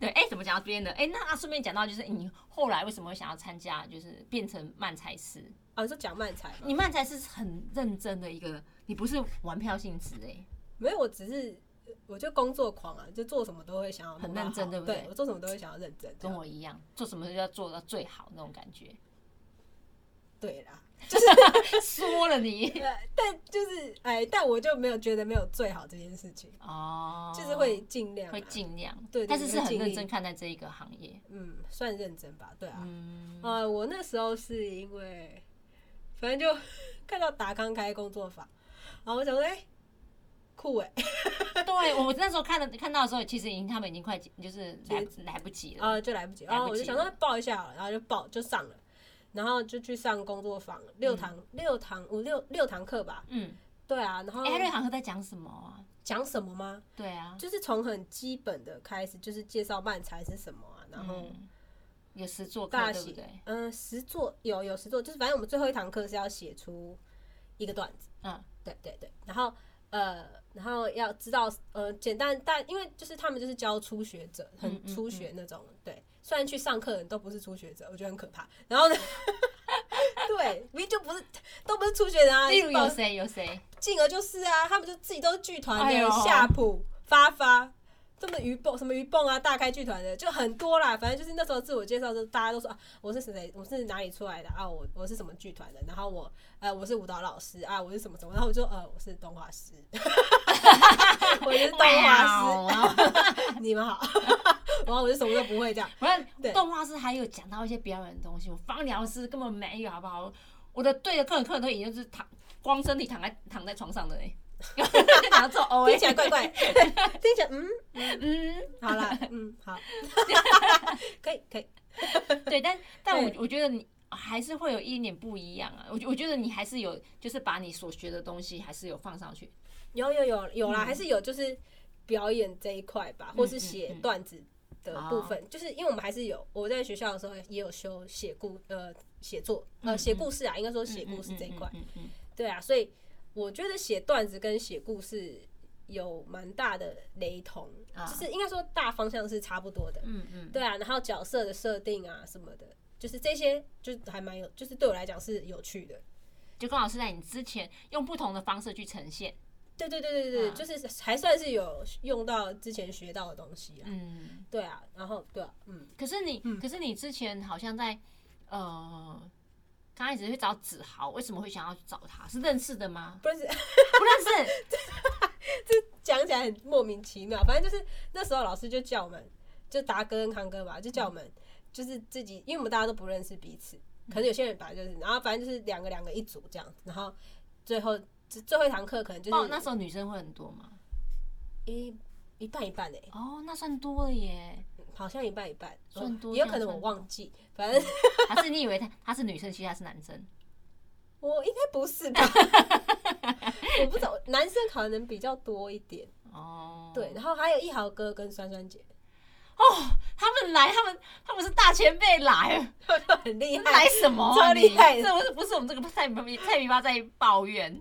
[SPEAKER 2] 对，哎、怎么讲到这边的？哎、那啊，顺便讲到就是你后来为什么会想要参加，就是变成漫才师？
[SPEAKER 3] 哦，你说蒋曼才吗？
[SPEAKER 2] 你漫才师是很认真的一个，你不是玩票性质哎、
[SPEAKER 3] 没有，我只是。我就工作狂啊，就做什么都会想要
[SPEAKER 2] 很认真对
[SPEAKER 3] 对
[SPEAKER 2] 不对
[SPEAKER 3] 我做什么都会想要认真，
[SPEAKER 2] 跟我一样，做什么都要做到最好那种感觉。
[SPEAKER 3] 对啦，
[SPEAKER 2] 说了你
[SPEAKER 3] 呃但就是哎，但我就没有觉得没有最好这件事情，
[SPEAKER 2] 哦，
[SPEAKER 3] *laughs* 就是会尽量啊
[SPEAKER 2] 会尽量，
[SPEAKER 3] 对对
[SPEAKER 2] 但是是
[SPEAKER 3] 会
[SPEAKER 2] 很
[SPEAKER 3] 尽力
[SPEAKER 2] 认真看待这一个行业，
[SPEAKER 3] 嗯，算认真吧，对啊，
[SPEAKER 2] 嗯，
[SPEAKER 3] 呃，我那时候是因为，反正就 *laughs* 看到达康开工作坊，然后我想说，哎、酷哎、
[SPEAKER 2] 对我那时候看的看到的时候，其实已经他们已经快就是来来不及
[SPEAKER 3] 然
[SPEAKER 2] 了，
[SPEAKER 3] 后就来不
[SPEAKER 2] 嗯
[SPEAKER 3] 及，
[SPEAKER 2] 来不及
[SPEAKER 3] 然后我就想
[SPEAKER 2] 了
[SPEAKER 3] 说报一下好了，然后就报就上了，然后就去上工作坊，六堂、六堂五六六堂课吧，
[SPEAKER 2] 嗯，
[SPEAKER 3] 对啊，然后
[SPEAKER 2] 哎，瑞航课在讲什么啊？
[SPEAKER 3] 讲什么吗？
[SPEAKER 2] 对啊，
[SPEAKER 3] 就是从很基本的开始，就是介绍慢才是什么啊，然后
[SPEAKER 2] 嗯有实作
[SPEAKER 3] 大
[SPEAKER 2] 课对不
[SPEAKER 3] 写
[SPEAKER 2] 对？，
[SPEAKER 3] 嗯、实作有有实作，就是反正我们最后一堂课是要写出一个段子，
[SPEAKER 2] 嗯，
[SPEAKER 3] 对对对，然后呃，然后要知道呃，简单但因为就是他们就是教初学者，
[SPEAKER 2] 嗯
[SPEAKER 3] 很
[SPEAKER 2] 嗯
[SPEAKER 3] 初学那种，对，虽然去上课的人都不是初学者，我觉得很可怕，然后呢， *laughs* 对，明明就不是都不是初学者啊，
[SPEAKER 2] 例如
[SPEAKER 3] 报
[SPEAKER 2] 有谁有谁？
[SPEAKER 3] 进而就是啊，他们就自己都是剧团的、
[SPEAKER 2] 哎呦
[SPEAKER 3] 夏普、发发，这么鱼蹦什么鱼蹦啊，大开剧团的就很多啦。反正就是那时候自我介绍的时候，大家都说啊，我是谁谁，我是哪里出来的啊，我我是什么剧团的，然后我呃我是舞蹈老师啊，我是什么什么，然后我就呃我是动画师， *laughs* 我是动画
[SPEAKER 2] 哇哦
[SPEAKER 3] 师，你们好， *laughs* 然后我就什么都不会这样，
[SPEAKER 2] *laughs* 我看
[SPEAKER 3] *laughs* 对
[SPEAKER 2] 动画师还有讲到一些表演的东西，我芳疗师根本没有，好不好？我的对的客人客人都已经就是躺光身体躺在躺在床上的
[SPEAKER 3] *laughs*
[SPEAKER 2] 嘞，然后做 O
[SPEAKER 3] 听起来
[SPEAKER 2] *laughs*
[SPEAKER 3] 怪怪，听起来嗯，
[SPEAKER 2] 哦嗯，
[SPEAKER 3] 好啦，嗯好， *laughs* 可以可以，
[SPEAKER 2] 对，但但我
[SPEAKER 3] 对
[SPEAKER 2] 我觉得你还是会有一点不一样啊，我觉我觉得你还是有就是把你所学的东西还是有放上去，
[SPEAKER 3] 有有有有啦，还是有就是表演这一块吧，或是写
[SPEAKER 2] 嗯嗯嗯哦
[SPEAKER 3] 段子的部分，就是因为我们还是有我在学校的时候也有修写故呃写作呃
[SPEAKER 2] 嗯
[SPEAKER 3] 写
[SPEAKER 2] 嗯
[SPEAKER 3] 故事啊，应该说写
[SPEAKER 2] 嗯
[SPEAKER 3] 故事这一块，，
[SPEAKER 2] 嗯嗯嗯嗯
[SPEAKER 3] 对啊，所以我觉得写段子跟写故事有蛮大的雷同，
[SPEAKER 2] 啊
[SPEAKER 3] 就是应该说大方向是差不多的，
[SPEAKER 2] 嗯嗯，
[SPEAKER 3] 对啊，然后角色的设定啊什么的，就是这些就是还蛮有，就是对我来讲是有趣的。
[SPEAKER 2] 就刚好是在你之前用不同的方式去呈现，
[SPEAKER 3] 对对对对对，
[SPEAKER 2] 啊
[SPEAKER 3] 就是还算是有用到之前学到的东西啊。
[SPEAKER 2] 嗯。
[SPEAKER 3] 对啊，然后对、啊，嗯，
[SPEAKER 2] 可是你，可是你之前好像在，呃，刚开始会找子豪，为什么会想要找他？是认识的吗？
[SPEAKER 3] 不是
[SPEAKER 2] 不
[SPEAKER 3] *laughs*
[SPEAKER 2] 认 *laughs* 识，
[SPEAKER 3] 讲起来很莫名其妙，反正就是那时候老师就叫我们，就达哥跟康哥吧，就叫我
[SPEAKER 2] 嗯
[SPEAKER 3] 们就是自己，因为我们大家都不认识彼此，可能有些人吧，就是，然后反正就是两个两个一组这样子，然后最后最最后一堂课可能就
[SPEAKER 2] 哦
[SPEAKER 3] 是，
[SPEAKER 2] 那时候女生会很多吗？
[SPEAKER 3] 一一半一半哎、
[SPEAKER 2] 哦，那算多了耶，
[SPEAKER 3] 好像一半一半，哦
[SPEAKER 2] 算多嗯
[SPEAKER 3] 也有
[SPEAKER 2] 这样
[SPEAKER 3] 可能我
[SPEAKER 2] 算
[SPEAKER 3] 忘记，反正
[SPEAKER 2] 还是你以为他他是女生，其实他是男生？
[SPEAKER 3] 我应该不是
[SPEAKER 2] *laughs*
[SPEAKER 3] 吧，我不知道，男生可能比较多一点，
[SPEAKER 2] 哦，
[SPEAKER 3] 对，，然后还有一豪哥跟酸酸
[SPEAKER 2] *laughs*
[SPEAKER 3] 姐，
[SPEAKER 2] 他们来，他们他们是大前辈来，
[SPEAKER 3] 他们很厉害，
[SPEAKER 2] 来什么、啊
[SPEAKER 3] 超
[SPEAKER 2] 你？
[SPEAKER 3] 厉害的
[SPEAKER 2] 这不是不是我们这个菜皮菜皮巴在抱怨，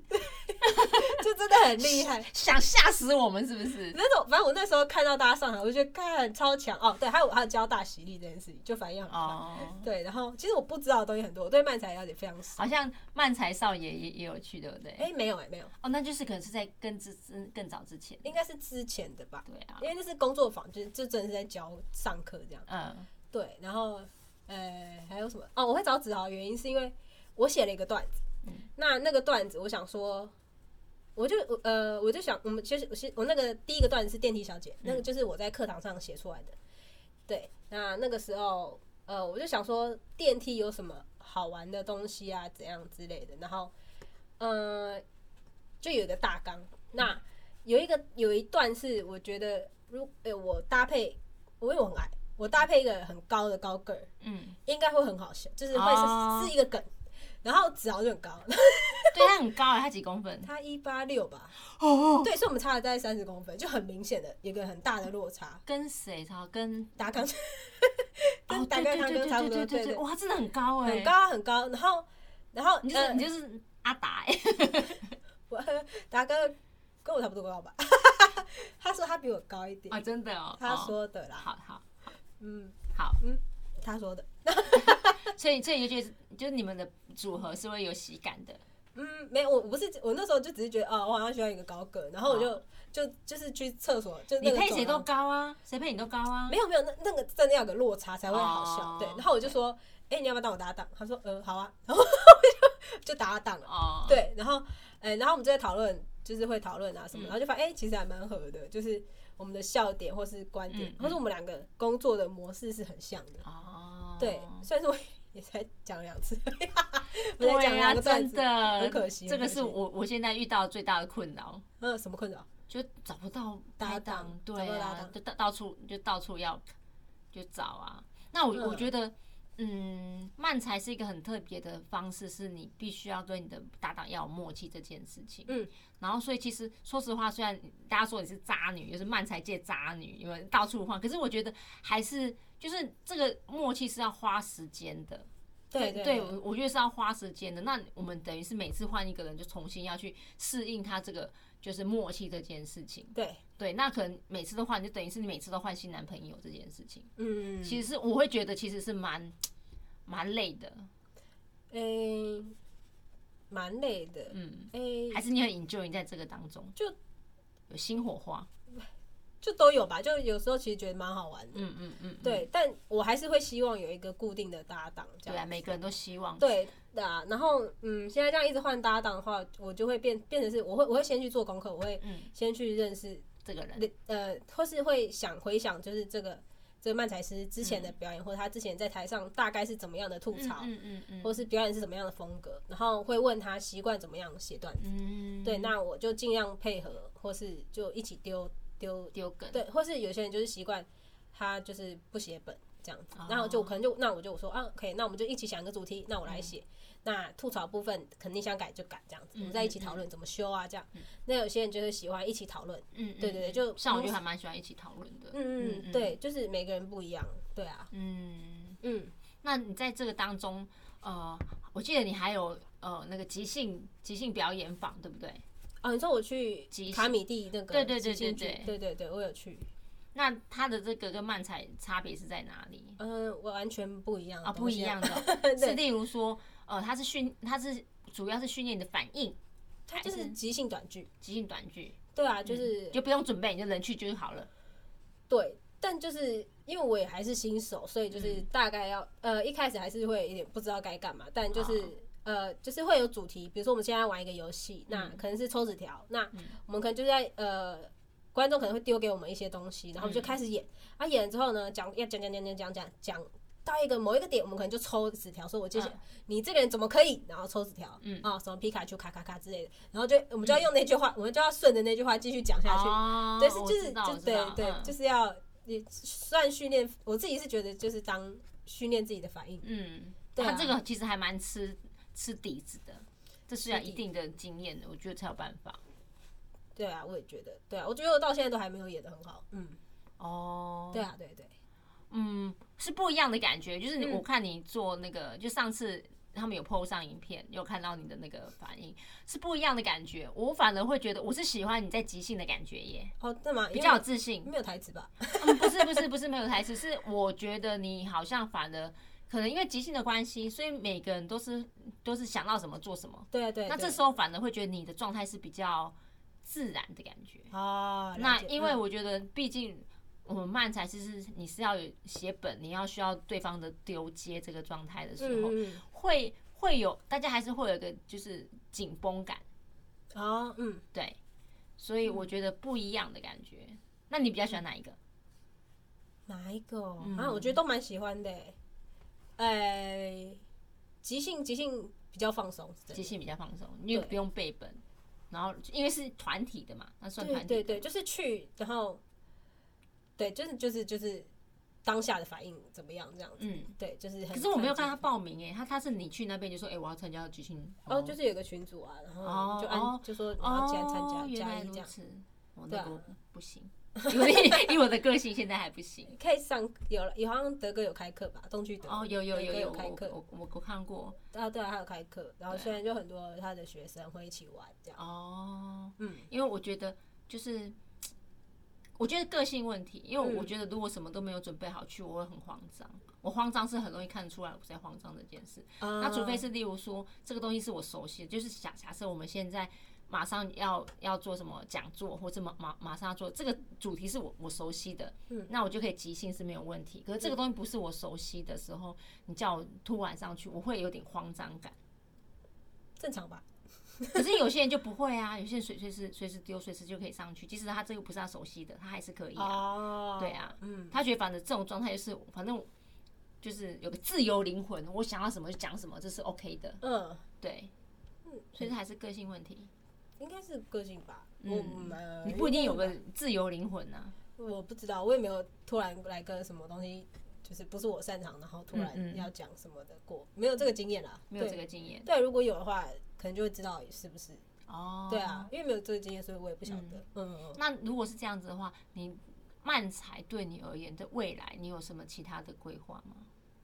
[SPEAKER 3] 就真的很厉害。
[SPEAKER 2] 想吓死我们是不是？
[SPEAKER 3] 那种，反正我那时候看到大家上台，我就觉得看超强哦。对，还有还有交大洗礼这件事情，就反应很快。
[SPEAKER 2] 哦，
[SPEAKER 3] 对，然后其实我不知道的东西很多，我对漫才了解非常少。
[SPEAKER 2] 好像漫才少爷也也有去，对不对？
[SPEAKER 3] 哎、没有哎、没有，
[SPEAKER 2] 哦，那就是可能是在更之之更早之前，
[SPEAKER 3] 应该是之前的吧，
[SPEAKER 2] 对啊
[SPEAKER 3] 因，为那是工作坊，就是就真的是在教上课这样。
[SPEAKER 2] 嗯
[SPEAKER 3] 对，然后呃还有什么？哦，我会找子豪的原因是因为我写了一个段子，那那个段子我想说。我就我呃，我就想，我们其实我先我那个第一个段子是电梯小姐，那个就是我在课堂上写出来的。对，那那个时候呃，我就想说电梯有什么好玩的东西啊，怎样之类的。然后呃，就有一个大纲。那有一个有一段是我觉得，如呃我搭配，我因为我很矮，我搭配一个很高的高个儿，
[SPEAKER 2] 嗯，
[SPEAKER 3] 应该会很好笑，就是会是、
[SPEAKER 2] 哦
[SPEAKER 3] 是一个梗。然后子豪就很
[SPEAKER 2] *laughs*
[SPEAKER 3] 高，
[SPEAKER 2] 对他很高哎，他几公分？
[SPEAKER 3] 他一八六吧，
[SPEAKER 2] 哦，
[SPEAKER 3] *laughs* 对，所以我们差了大概三十公分，就很明显的有一个很大的落差。
[SPEAKER 2] 跟谁差？跟
[SPEAKER 3] 大纲
[SPEAKER 2] *laughs* 哦，
[SPEAKER 3] 跟
[SPEAKER 2] 对
[SPEAKER 3] 大
[SPEAKER 2] 对对
[SPEAKER 3] 纲差不
[SPEAKER 2] 对
[SPEAKER 3] 多差不
[SPEAKER 2] 对对
[SPEAKER 3] 多，对
[SPEAKER 2] 对
[SPEAKER 3] 对
[SPEAKER 2] 对，，哇，真的很高哎，
[SPEAKER 3] 很，高很高。然后然后
[SPEAKER 2] 你就是
[SPEAKER 3] 呃
[SPEAKER 2] 你就是阿达
[SPEAKER 3] *laughs*
[SPEAKER 2] 哎，
[SPEAKER 3] 我 *laughs* 达哥跟我差不多高吧， *laughs* 他说他比我高一点
[SPEAKER 2] 哦，，真的哦，
[SPEAKER 3] 他
[SPEAKER 2] 哦，
[SPEAKER 3] 说的啦，
[SPEAKER 2] 好好
[SPEAKER 3] 嗯，
[SPEAKER 2] 好，
[SPEAKER 3] 他说的，
[SPEAKER 2] 所以所以你就觉得就是你们的组合是会有喜感的，
[SPEAKER 3] 嗯，没有，我我不是我那时候就只是觉得哦，我好像需要一个高个，然后我就、就就是去厕所，就那
[SPEAKER 2] 哦你
[SPEAKER 3] 个
[SPEAKER 2] 配谁
[SPEAKER 3] 走
[SPEAKER 2] 都
[SPEAKER 3] 廊
[SPEAKER 2] 高啊，谁配你都高啊。
[SPEAKER 3] 没有没有，那那个真的要有个落差才会好笑。
[SPEAKER 2] 哦
[SPEAKER 3] 对，然后我就说，哎、你要不要当我搭档？他说，呃，好啊，然后我就就搭档了。
[SPEAKER 2] 哦，，
[SPEAKER 3] 对，然后，哎、然后我们就在讨论，就是会讨论啊什么，
[SPEAKER 2] 嗯
[SPEAKER 3] 然后就发现，哎、其实还蛮合的，就是我们的笑点或是观点，
[SPEAKER 2] 嗯
[SPEAKER 3] 或是我们两个工作的模式是很像的。
[SPEAKER 2] 哦，
[SPEAKER 3] 对，虽然说我也才讲两
[SPEAKER 2] *laughs*
[SPEAKER 3] 次，我才
[SPEAKER 2] 对
[SPEAKER 3] 讲两
[SPEAKER 2] 啊，
[SPEAKER 3] 个段
[SPEAKER 2] 真
[SPEAKER 3] 子，
[SPEAKER 2] 的，
[SPEAKER 3] 很可惜
[SPEAKER 2] 这个
[SPEAKER 3] 很可惜
[SPEAKER 2] 是我我现在遇到最大的困扰，
[SPEAKER 3] 嗯，什么困扰？
[SPEAKER 2] 就找不到搭
[SPEAKER 3] 搭档
[SPEAKER 2] 档，
[SPEAKER 3] 找
[SPEAKER 2] 对
[SPEAKER 3] 不到搭
[SPEAKER 2] 啊
[SPEAKER 3] 档，
[SPEAKER 2] 就到到处就到处要就找啊。那我、
[SPEAKER 3] 嗯
[SPEAKER 2] 我觉得，嗯，慢才是一个很特别的方式，是你必须要跟你的搭档要有默契这件事情。
[SPEAKER 3] 嗯，
[SPEAKER 2] 然后所以其实说实话，虽然大家说你是渣女，就是慢才界渣女，因为到处晃，可是我觉得还是就是这个默契是要花时间的。
[SPEAKER 3] 对
[SPEAKER 2] 对
[SPEAKER 3] 对，
[SPEAKER 2] 我我觉得是要花时间的。那我们等于是每次换一个人，就重新要去适应他这个就是默契这件事情。
[SPEAKER 3] 对，
[SPEAKER 2] 对，那可能每次都换，就等于是你每次都换新男朋友这件事情。
[SPEAKER 3] 嗯，
[SPEAKER 2] 其实是我会觉得其实是蛮蛮累的，
[SPEAKER 3] 诶、蛮累的，
[SPEAKER 2] 嗯，
[SPEAKER 3] 诶、
[SPEAKER 2] 还是你很 enjoy 在这个当中，
[SPEAKER 3] 就
[SPEAKER 2] 有新火花。
[SPEAKER 3] 就都有吧，就有时候其实觉得蛮好玩的，
[SPEAKER 2] 嗯嗯嗯，嗯，
[SPEAKER 3] 对，但我还是会希望有一个固定的搭档，这
[SPEAKER 2] 对啊，
[SPEAKER 3] 样，
[SPEAKER 2] 每个人都希望。
[SPEAKER 3] 对的、啊，然后嗯，现在这样一直换搭档的话，我就会变变成是，我会我会先去做功课，我会
[SPEAKER 2] 嗯，
[SPEAKER 3] 先去认识，
[SPEAKER 2] 这个人，
[SPEAKER 3] 呃，或是会想回想，就是这个这个漫才师之前的表演，或者他之前在台上大概是怎么样的吐
[SPEAKER 2] 嗯
[SPEAKER 3] 槽，
[SPEAKER 2] 嗯嗯嗯，
[SPEAKER 3] 或是表演是怎么样的风格，然后会问他习惯怎么样写段子。
[SPEAKER 2] 嗯，
[SPEAKER 3] 对，那我就尽量配合，或是就一起丢丢，
[SPEAKER 2] 丢梗，
[SPEAKER 3] 对，或是有些人就是习惯他就是不写本这样子
[SPEAKER 2] 哦，
[SPEAKER 3] 然后就可能就那我就说啊，OK，那我们就一起想一个主题，那我来
[SPEAKER 2] 嗯
[SPEAKER 3] 写，那吐槽部分肯定想改就改这样子，我们
[SPEAKER 2] 嗯
[SPEAKER 3] 再一起讨论怎么修啊这样。那有些人就是喜欢一起讨论，
[SPEAKER 2] 嗯，嗯
[SPEAKER 3] 对对对
[SPEAKER 2] 嗯
[SPEAKER 3] 就
[SPEAKER 2] 像我就还蛮喜欢一起讨论的。
[SPEAKER 3] 嗯嗯，对，就是每个人不一样，对啊，
[SPEAKER 2] 嗯。
[SPEAKER 3] 嗯，
[SPEAKER 2] 那你在这个当中，呃，我记得你还有呃那个即兴即兴表演坊，对不对？
[SPEAKER 3] 哦，你说我去
[SPEAKER 2] 即兴
[SPEAKER 3] 卡米蒂那个
[SPEAKER 2] 对对对
[SPEAKER 3] 即
[SPEAKER 2] 对
[SPEAKER 3] 兴剧
[SPEAKER 2] 对
[SPEAKER 3] 对对对，我有去，
[SPEAKER 2] 那它的这个跟漫才差别是在哪里
[SPEAKER 3] 嗯，我完全不一样的
[SPEAKER 2] 啊？不
[SPEAKER 3] 东西
[SPEAKER 2] 一样的， *laughs* 是例如说，呃，它是训，它是主要是训练你的反应，
[SPEAKER 3] 它就是即兴短剧，
[SPEAKER 2] 即兴短剧，
[SPEAKER 3] 对啊，
[SPEAKER 2] 嗯
[SPEAKER 3] 就是
[SPEAKER 2] 就不用准备，你就人去就好了。
[SPEAKER 3] 对，但就是因为我也还是新手，所以就是大概要、呃一开始还是会有点不知道该干嘛，但就是。
[SPEAKER 2] 好
[SPEAKER 3] 呃，就是会有主题，比如说我们现在玩一个游戏，那可能是抽纸条，那我们可能就在呃，观众可能会丢给我们一些东西，然后我们就开始演。啊，演了之后呢，讲要讲讲讲讲讲讲讲到一个某一个点，我们可能就抽纸条，说我接下来、你这个人怎么可以，然后抽纸条，嗯啊，什么皮卡丘卡卡卡之类的，然后就我们就要用那句话，我们就要顺着那句话继续讲下去，
[SPEAKER 2] 哦
[SPEAKER 3] 对，是
[SPEAKER 2] 我
[SPEAKER 3] 就
[SPEAKER 2] 知
[SPEAKER 3] 是
[SPEAKER 2] 道
[SPEAKER 3] 就
[SPEAKER 2] 我知
[SPEAKER 3] 对
[SPEAKER 2] 道
[SPEAKER 3] 对，
[SPEAKER 2] 嗯
[SPEAKER 3] 就是要你算训练。我自己是觉得就是当训练自己的反应，
[SPEAKER 2] 嗯，
[SPEAKER 3] 对啊
[SPEAKER 2] 它这个其实还蛮吃吃底子的，这是要
[SPEAKER 3] 吃底
[SPEAKER 2] 一定的经验的，我觉得才有办法。
[SPEAKER 3] 对啊，我也觉得，对啊，我觉得我到现在都还没有演的很好，嗯，
[SPEAKER 2] 哦，
[SPEAKER 3] 对啊，对对，
[SPEAKER 2] 嗯，是不一样的感觉。
[SPEAKER 3] 嗯
[SPEAKER 2] 就是你，我看你做那个，就上次他们有 PO 上影片，有看到你的那个反应，是不一样的感觉。我反而会觉得我是喜欢你在即兴的感觉耶，
[SPEAKER 3] 哦，那嘛
[SPEAKER 2] 比较有
[SPEAKER 3] 因
[SPEAKER 2] 自
[SPEAKER 3] 为
[SPEAKER 2] 信。
[SPEAKER 3] 没有台词吧？
[SPEAKER 2] 嗯，不是不是不是没有台词，是我觉得你好像反而可能因为即兴的关系，所以每个人都是都是想到什么做什么。
[SPEAKER 3] 对啊对啊，
[SPEAKER 2] 那这时候反而会觉得你的状态是比较自然的感觉。
[SPEAKER 3] 候啊，了
[SPEAKER 2] 那
[SPEAKER 3] 解
[SPEAKER 2] 因为
[SPEAKER 3] 嗯
[SPEAKER 2] 我觉得，毕竟我们慢才是是你是要有写本，你要需要对方的丢接这个状态的时候，
[SPEAKER 3] 嗯嗯
[SPEAKER 2] 会会有大家还是会有一个就是紧绷感，
[SPEAKER 3] 嗯哦嗯，
[SPEAKER 2] 对，所以我觉得不一样的感觉。那你比较喜欢哪一个？
[SPEAKER 3] 哪一个哦
[SPEAKER 2] 嗯
[SPEAKER 3] 啊？我觉得都蛮喜欢的欸，哎，即兴即兴比较放松，是真的
[SPEAKER 2] 即兴比较放松，因为
[SPEAKER 3] 对
[SPEAKER 2] 不用背本，然后因为是团体的嘛，那算团
[SPEAKER 3] 对
[SPEAKER 2] 体的
[SPEAKER 3] 对对，就是去，然后对，就是就是就是当下的反应怎么样这样子。
[SPEAKER 2] 嗯。
[SPEAKER 3] 对，就是很。
[SPEAKER 2] 可是我没有看他
[SPEAKER 3] 他
[SPEAKER 2] 报名诶、欸他他是你去那边就说诶、哎我要参加即兴
[SPEAKER 3] 哦，就是有一个群组啊，然后
[SPEAKER 2] 哦
[SPEAKER 3] 就按、
[SPEAKER 2] 哦
[SPEAKER 3] 就说然后
[SPEAKER 2] 哦，
[SPEAKER 3] 既然参加
[SPEAKER 2] 原
[SPEAKER 3] 加
[SPEAKER 2] 来
[SPEAKER 3] 一
[SPEAKER 2] 如
[SPEAKER 3] 这样，
[SPEAKER 2] 此，我那
[SPEAKER 3] 对啊
[SPEAKER 2] 个我不
[SPEAKER 3] *laughs*
[SPEAKER 2] 行，因为 *laughs* 以我的个性现在还不行。
[SPEAKER 3] 可以上有了，有好像德哥有开课吧，东区德
[SPEAKER 2] 哦，有有
[SPEAKER 3] 德
[SPEAKER 2] 有
[SPEAKER 3] 哥有
[SPEAKER 2] 有，
[SPEAKER 3] 开
[SPEAKER 2] 我
[SPEAKER 3] 课
[SPEAKER 2] 我我我看过
[SPEAKER 3] 啊，对啊，他有开课，然后
[SPEAKER 2] 对啊
[SPEAKER 3] 现在就很多他的学生会一起玩这样，
[SPEAKER 2] 哦，
[SPEAKER 3] 嗯，
[SPEAKER 2] 因为我觉得就是。我觉得个性问题，因为
[SPEAKER 3] 嗯
[SPEAKER 2] 我觉得如果什么都没有准备好去，我会很慌张。我慌张是很容易看得出来我在慌张这件事。那
[SPEAKER 3] 那
[SPEAKER 2] 除非是例如说这个东西是我熟悉的，就是假假设我们现在马上要要做什么讲座，或者马马马上要做这个主题是我我熟悉的，
[SPEAKER 3] 嗯
[SPEAKER 2] 那我就可以即兴是没有问题。可是这个东西不是我熟悉的时候，你叫我突然上去，我会有点慌张感。
[SPEAKER 3] 正常吧？
[SPEAKER 2] 可是有些人就不会啊，有些人随随时随时丢，随时就可以上去，即使他这个不是他熟悉的，他还是可以啊。
[SPEAKER 3] 哦
[SPEAKER 2] 对啊，
[SPEAKER 3] 嗯，
[SPEAKER 2] 他觉得反正这种状态就是反正。就是有个自由灵魂，我想要什么就讲什么，这是 OK 的。
[SPEAKER 3] 嗯，
[SPEAKER 2] 对，所以这还是个性问题。
[SPEAKER 3] 应该是个性吧。
[SPEAKER 2] 嗯
[SPEAKER 3] 我们
[SPEAKER 2] 你不一定有个，自由灵魂啊呐、
[SPEAKER 3] 我不知道，我也没有突然来个什么东西，就是不是我擅长，然后突
[SPEAKER 2] 嗯
[SPEAKER 3] 然
[SPEAKER 2] 嗯
[SPEAKER 3] 要讲什么的过，没有这个经验啦。
[SPEAKER 2] 没有
[SPEAKER 3] 对
[SPEAKER 2] 这个经验
[SPEAKER 3] 对，如果有的话，可能就会知道是不是。
[SPEAKER 2] 哦。
[SPEAKER 3] 对啊，，因为没有这个经验，所以我也不晓得。嗯嗯，
[SPEAKER 2] 那如果是这样子的话，你漫才对你而言的未来，你有什么其他的规划吗？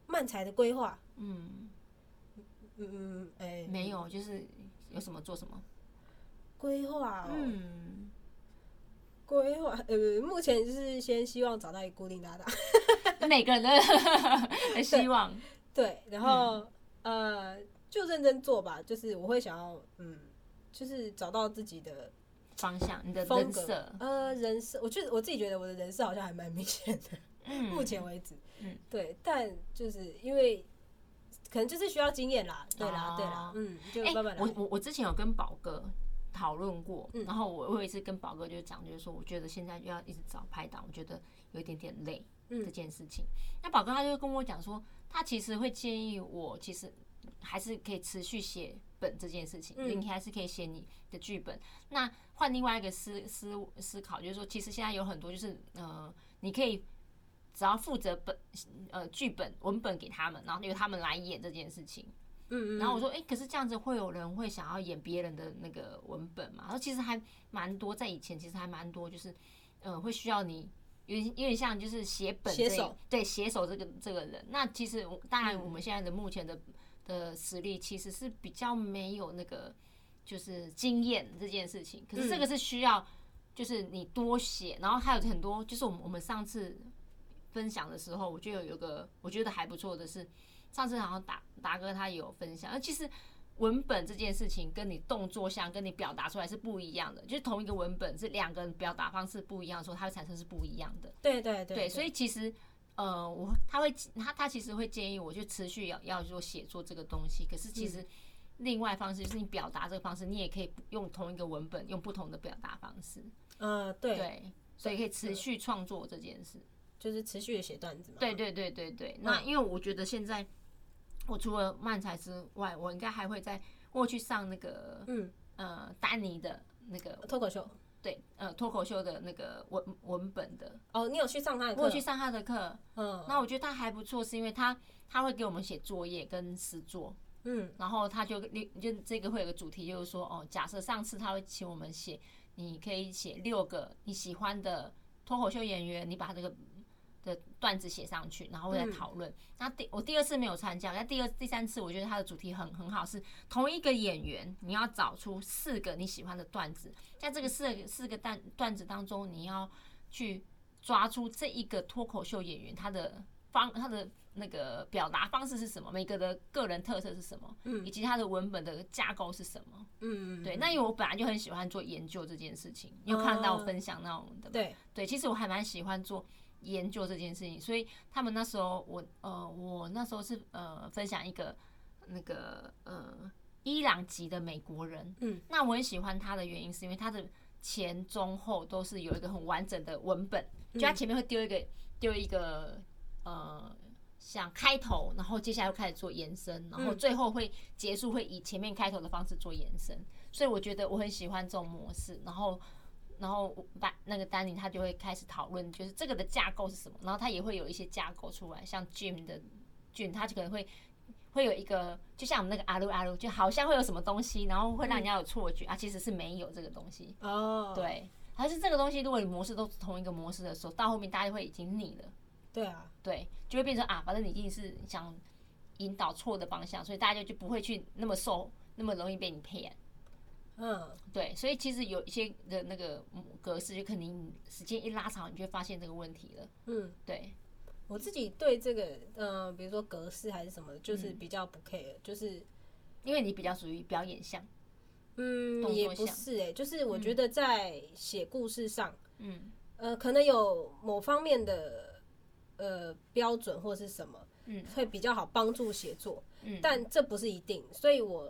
[SPEAKER 3] 漫才的规划，
[SPEAKER 2] 嗯，
[SPEAKER 3] 嗯嗯，哎，
[SPEAKER 2] 没有，就是有什么做什么。
[SPEAKER 3] 规划哦，
[SPEAKER 2] 嗯，
[SPEAKER 3] 规划，呃，目前就是先希望找到一个固定搭档， *laughs*
[SPEAKER 2] 每个人 *laughs* 的的希望。
[SPEAKER 3] 对，然后、
[SPEAKER 2] 嗯
[SPEAKER 3] 呃，就认真做吧，就是我会想要，嗯，就是找到自己的
[SPEAKER 2] 方向，你的
[SPEAKER 3] 风
[SPEAKER 2] 人
[SPEAKER 3] 格
[SPEAKER 2] 设，，
[SPEAKER 3] 呃，人设，我觉得我自己觉得我的人设好像还蛮明显的，
[SPEAKER 2] 嗯，
[SPEAKER 3] 目前为止，
[SPEAKER 2] 嗯
[SPEAKER 3] 对，但就是因为可能就是需要经验啦，对啦，
[SPEAKER 2] 哦
[SPEAKER 3] 对啦，嗯，就
[SPEAKER 2] 哎、
[SPEAKER 3] 慢慢来，
[SPEAKER 2] 我我我之前有跟宝哥讨论过，
[SPEAKER 3] 嗯
[SPEAKER 2] 然后我我有一次跟宝哥就讲，就是说我觉得现在又要一直找拍档，我觉得有一点点累、
[SPEAKER 3] 嗯
[SPEAKER 2] 这件事情。那宝哥他就跟我讲说，他其实会建议我，其实还是可以持续写本这件事情，
[SPEAKER 3] 嗯
[SPEAKER 2] 你还是可以写你的剧本。那换另外一个思思思考，就是说，其实现在有很多就是呃，你可以。只要负责本呃剧本文本给他们，然后由他们来演这件事情，
[SPEAKER 3] 嗯嗯，
[SPEAKER 2] 然后我
[SPEAKER 3] 说，
[SPEAKER 2] 说，哎、可是这样子会有人会想要演别人的那个文本嘛？然后其实还蛮多，在以前其实还蛮多，就是，呃，会需要你有点有点像就是写本
[SPEAKER 3] 写
[SPEAKER 2] 这一
[SPEAKER 3] 手嗯
[SPEAKER 2] 对写手这个这个人。那其实我当然我们现在的目前的、的实力其实是比较没有那个就是经验这件事情，可是这
[SPEAKER 3] 嗯
[SPEAKER 2] 个是需要就是你多写，然后还有很多就是我们我们上次分享的时候，我就有有个我觉得还不错的是，上次好像达达哥他也有分享，而其实文本这件事情跟你动作上跟你表达出来是不一样的，就是同一个文本是两个人表达方式不一样的时候，它会产生是不一样的。
[SPEAKER 3] 对对对
[SPEAKER 2] 对，所以其实呃，我他会他他其实会建议我就持续要要做写作这个东西，可是其实。另外方式就是你表达这个方式，你也可以用同一个文本，用不同的表达方式，
[SPEAKER 3] 嗯，对，
[SPEAKER 2] 对，所以可以持续创作这件事。
[SPEAKER 3] 就是持续的写段子嘛，
[SPEAKER 2] 对对对对对，
[SPEAKER 3] 嗯
[SPEAKER 2] 那因为我觉得现在我除了漫才之外，我应该还会再我有去上那个
[SPEAKER 3] 嗯，
[SPEAKER 2] 呃丹尼的那个
[SPEAKER 3] 脱口秀。
[SPEAKER 2] 对呃脱口秀的那个文文本的，
[SPEAKER 3] 哦，你有去上他的课？
[SPEAKER 2] 我有去，上他的课，
[SPEAKER 3] 嗯，
[SPEAKER 2] 那我觉得他还不错，是因为他他会给我们写作业跟实作，
[SPEAKER 3] 嗯
[SPEAKER 2] 然后他就就这个会有个主题，就是说哦，假设上次他会请我们写，你可以写六个你喜欢的脱口秀演员，你把这个的段子写上去，然后再讨论。那第我第二次没有参加，那第二第三次我觉得他的主题很很好，是同一个演员，你要找出四个你喜欢的段子，在这个四个四个段段子当中，你要去抓出这一个脱口秀演员他的方他的那个表达方式是什么，每个的个人特色是什么，
[SPEAKER 3] 嗯
[SPEAKER 2] 以及他的文本的架构是什么。
[SPEAKER 3] 嗯，
[SPEAKER 2] 对，那因为我本来就很喜欢做研究这件事情，你有看
[SPEAKER 3] 啊
[SPEAKER 2] 到我分享那种的吗？
[SPEAKER 3] 对，
[SPEAKER 2] 对，其实我还蛮喜欢做研究这件事情，所以他们那时候我呃，我那时候是呃分享一个那个呃伊朗籍的美国人，
[SPEAKER 3] 嗯，
[SPEAKER 2] 那我很喜欢他的原因是因为他的前中后都是有一个很完整的文本，就他前面会丢一个丢一个呃。像开头，然后接下来又开始做延伸，然后最后会结束，会以前面开头的方式做延伸，所以我觉得我很喜欢这种模式。然后然后我把那个丹尼他就会开始讨论，就是这个的架构是什么，然后他也会有一些架构出来，像 Jim 的 Jim，他就可能会会有一个，就像我们那个阿鲁阿鲁，就好像会有什么东西，然后会让人家有错觉、啊，其实是没有这个东西。
[SPEAKER 3] 哦，
[SPEAKER 2] 对，还是这个东西，如果你模式都是同一个模式的时候，到后面大家会已经腻了，
[SPEAKER 3] 对啊，
[SPEAKER 2] 对，就会变成啊，反正你一定是想引导错的方向，所以大家就不会去那么受，那么容易被你骗。
[SPEAKER 3] 嗯，
[SPEAKER 2] 对，所以其实有一些的那个嗯格式，就肯定时间一拉长，你就会发现这个问题了。
[SPEAKER 3] 嗯，
[SPEAKER 2] 对，
[SPEAKER 3] 我自己对这个，呃，比如说格式还是什么的，
[SPEAKER 2] 嗯
[SPEAKER 3] 就是比较不 care，、就是
[SPEAKER 2] 因为你比较属于表演项，
[SPEAKER 3] 嗯，
[SPEAKER 2] 动作嗯
[SPEAKER 3] 也不
[SPEAKER 2] 像
[SPEAKER 3] 是哎、就是我觉得在写故事上，
[SPEAKER 2] 嗯
[SPEAKER 3] 呃，可能有某方面的呃标准或是什么，
[SPEAKER 2] 嗯，
[SPEAKER 3] 会比较好帮助写作，
[SPEAKER 2] 嗯，
[SPEAKER 3] 但这不是一定，所以我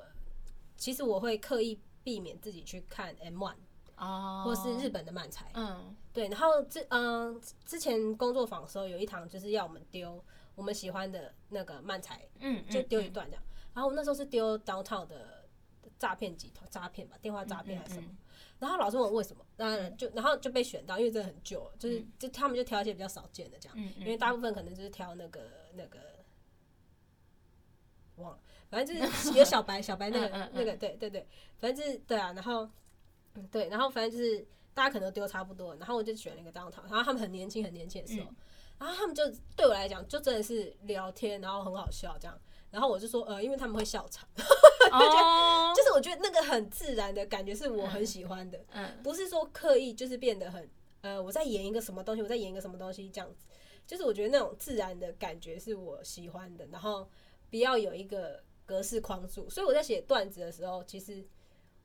[SPEAKER 3] 其实我会刻意避免自己去看 M One
[SPEAKER 2] 哦，
[SPEAKER 3] 或是日，本的漫才，
[SPEAKER 2] 嗯
[SPEAKER 3] 对，然后之嗯、之前工作坊的时候有一堂就是要我们丢我们喜欢的那个漫才，
[SPEAKER 2] 嗯，
[SPEAKER 3] 就丢一
[SPEAKER 2] 嗯
[SPEAKER 3] 段这样，然后我那时候是丢 downtown 的诈骗集团诈骗吧，电话诈骗还是什么。
[SPEAKER 2] 嗯嗯
[SPEAKER 3] 然后老师问我为什么，那就然后就被选到，因为真的很旧，就是就他们就挑一些比较少见的这样，
[SPEAKER 2] 嗯
[SPEAKER 3] 因为大部分可能就是挑那个那个忘了，反正就是有小白小白那个
[SPEAKER 2] *laughs* 嗯嗯嗯
[SPEAKER 3] 那个对对对，反正就是对啊，然后嗯对，然后反正就是大家可能都丢差不多，然后我就选了一个 downtown，然后他们很年轻很年轻的时
[SPEAKER 2] 嗯
[SPEAKER 3] 候，然后他们就对我来讲就真的是聊天，然后很好笑这样。然后我就说，呃，因为他们会笑场， *laughs*
[SPEAKER 2] 哦，
[SPEAKER 3] 就是我觉得那个很自然的感觉是我很喜欢的，
[SPEAKER 2] 嗯
[SPEAKER 3] 不是说刻意就是变得很呃，我在演一个什么东西，我在演一个什么东西这样子，就是我觉得那种自然的感觉是我喜欢的，然后不要有一个格式框住。所以我在写段子的时候，其实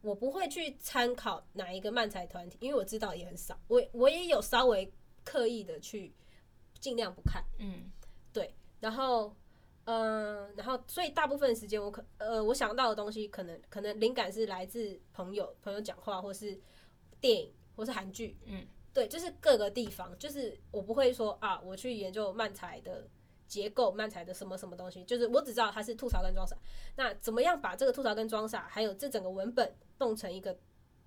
[SPEAKER 3] 我不会去参考哪一个漫才团体，因为我知道也很少，我我也有稍微刻意的去尽量不看。
[SPEAKER 2] 嗯
[SPEAKER 3] 然后，嗯、然后所以大部分时间我可呃，我想到的东西可能可能灵感是来自朋友朋友讲话，或是电影，或是韩剧，
[SPEAKER 2] 嗯，
[SPEAKER 3] 对，就是各个地方，就是我不会说啊，我去研究漫才的。结构漫才的什么什么东西，就是我只知道它是吐槽跟装傻。那怎么样把这个吐槽跟装傻，还有这整个文本弄成一个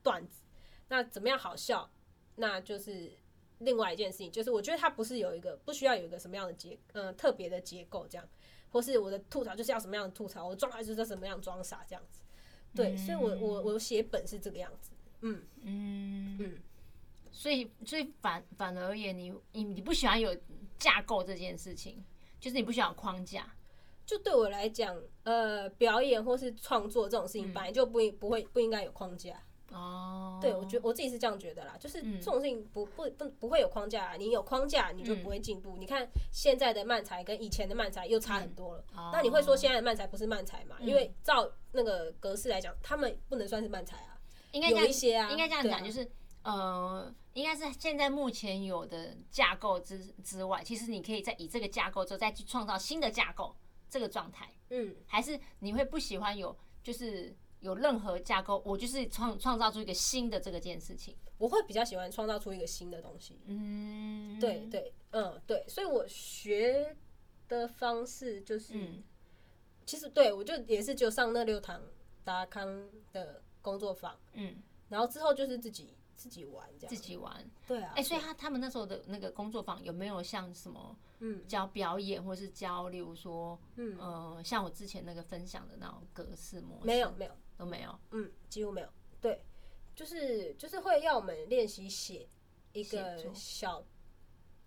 [SPEAKER 3] 段子？那怎么样好笑？那就是另外一件事情，就是我觉得它不是有一个不需要有一个什么样的结呃特别的结构这样，或是我的吐槽就是要什么样的吐槽，我装傻就是要什么样的装傻这样子。对，所以我我我写本是这个样子。嗯
[SPEAKER 2] 嗯，
[SPEAKER 3] 嗯，
[SPEAKER 2] 所以所以反反而而言，你你你不喜欢有架构这件事情，就是你不喜欢有框架，
[SPEAKER 3] 就对我来讲，呃，表演或是创作这种事
[SPEAKER 2] 嗯
[SPEAKER 3] 情，本来就不应不会不应该有框架。
[SPEAKER 2] 哦，
[SPEAKER 3] 对我觉我自己是这样觉得啦，就是
[SPEAKER 2] 嗯
[SPEAKER 3] 这种事情不不不不会有框架啊，你有框架你就不
[SPEAKER 2] 嗯
[SPEAKER 3] 会进步。你看现在的漫才跟以前的漫才又差很多了。
[SPEAKER 2] 哦
[SPEAKER 3] 那你会说现在的漫才不是漫才嘛？
[SPEAKER 2] 嗯
[SPEAKER 3] 因为照那个格式来讲，他们不能算是漫才啊，
[SPEAKER 2] 应该这
[SPEAKER 3] 有
[SPEAKER 2] 样
[SPEAKER 3] 一些啊，
[SPEAKER 2] 应该这样
[SPEAKER 3] 对
[SPEAKER 2] 讲，
[SPEAKER 3] 啊
[SPEAKER 2] 就是呃，应该是现在目前有的架构之之外，其实你可以再以这个架构之后再去创造新的架构，这个状态，
[SPEAKER 3] 嗯
[SPEAKER 2] 还是你会不喜欢有就是有任何架构，我就是创创造出一个新的这个件事情，
[SPEAKER 3] 我会比较喜欢创造出一个新的东西。
[SPEAKER 2] 嗯，
[SPEAKER 3] 对，对，嗯对，所以我学的方式就是，
[SPEAKER 2] 嗯
[SPEAKER 3] 其实对我就也是就上那六堂达康的工作坊，
[SPEAKER 2] 嗯，
[SPEAKER 3] 然后之后就是自己自己玩这样，
[SPEAKER 2] 自己玩，
[SPEAKER 3] 对啊，
[SPEAKER 2] 哎、所以他他们那时候的那个工作坊有没有像什么
[SPEAKER 3] 嗯
[SPEAKER 2] 教表演，或是教，例如说，
[SPEAKER 3] 嗯
[SPEAKER 2] 呃，像我之前那个分享的那种格式模式，
[SPEAKER 3] 没有没有，
[SPEAKER 2] 都没有，
[SPEAKER 3] 嗯，几乎没有。对，就是就是会要我们练习写一个
[SPEAKER 2] 写作
[SPEAKER 3] 小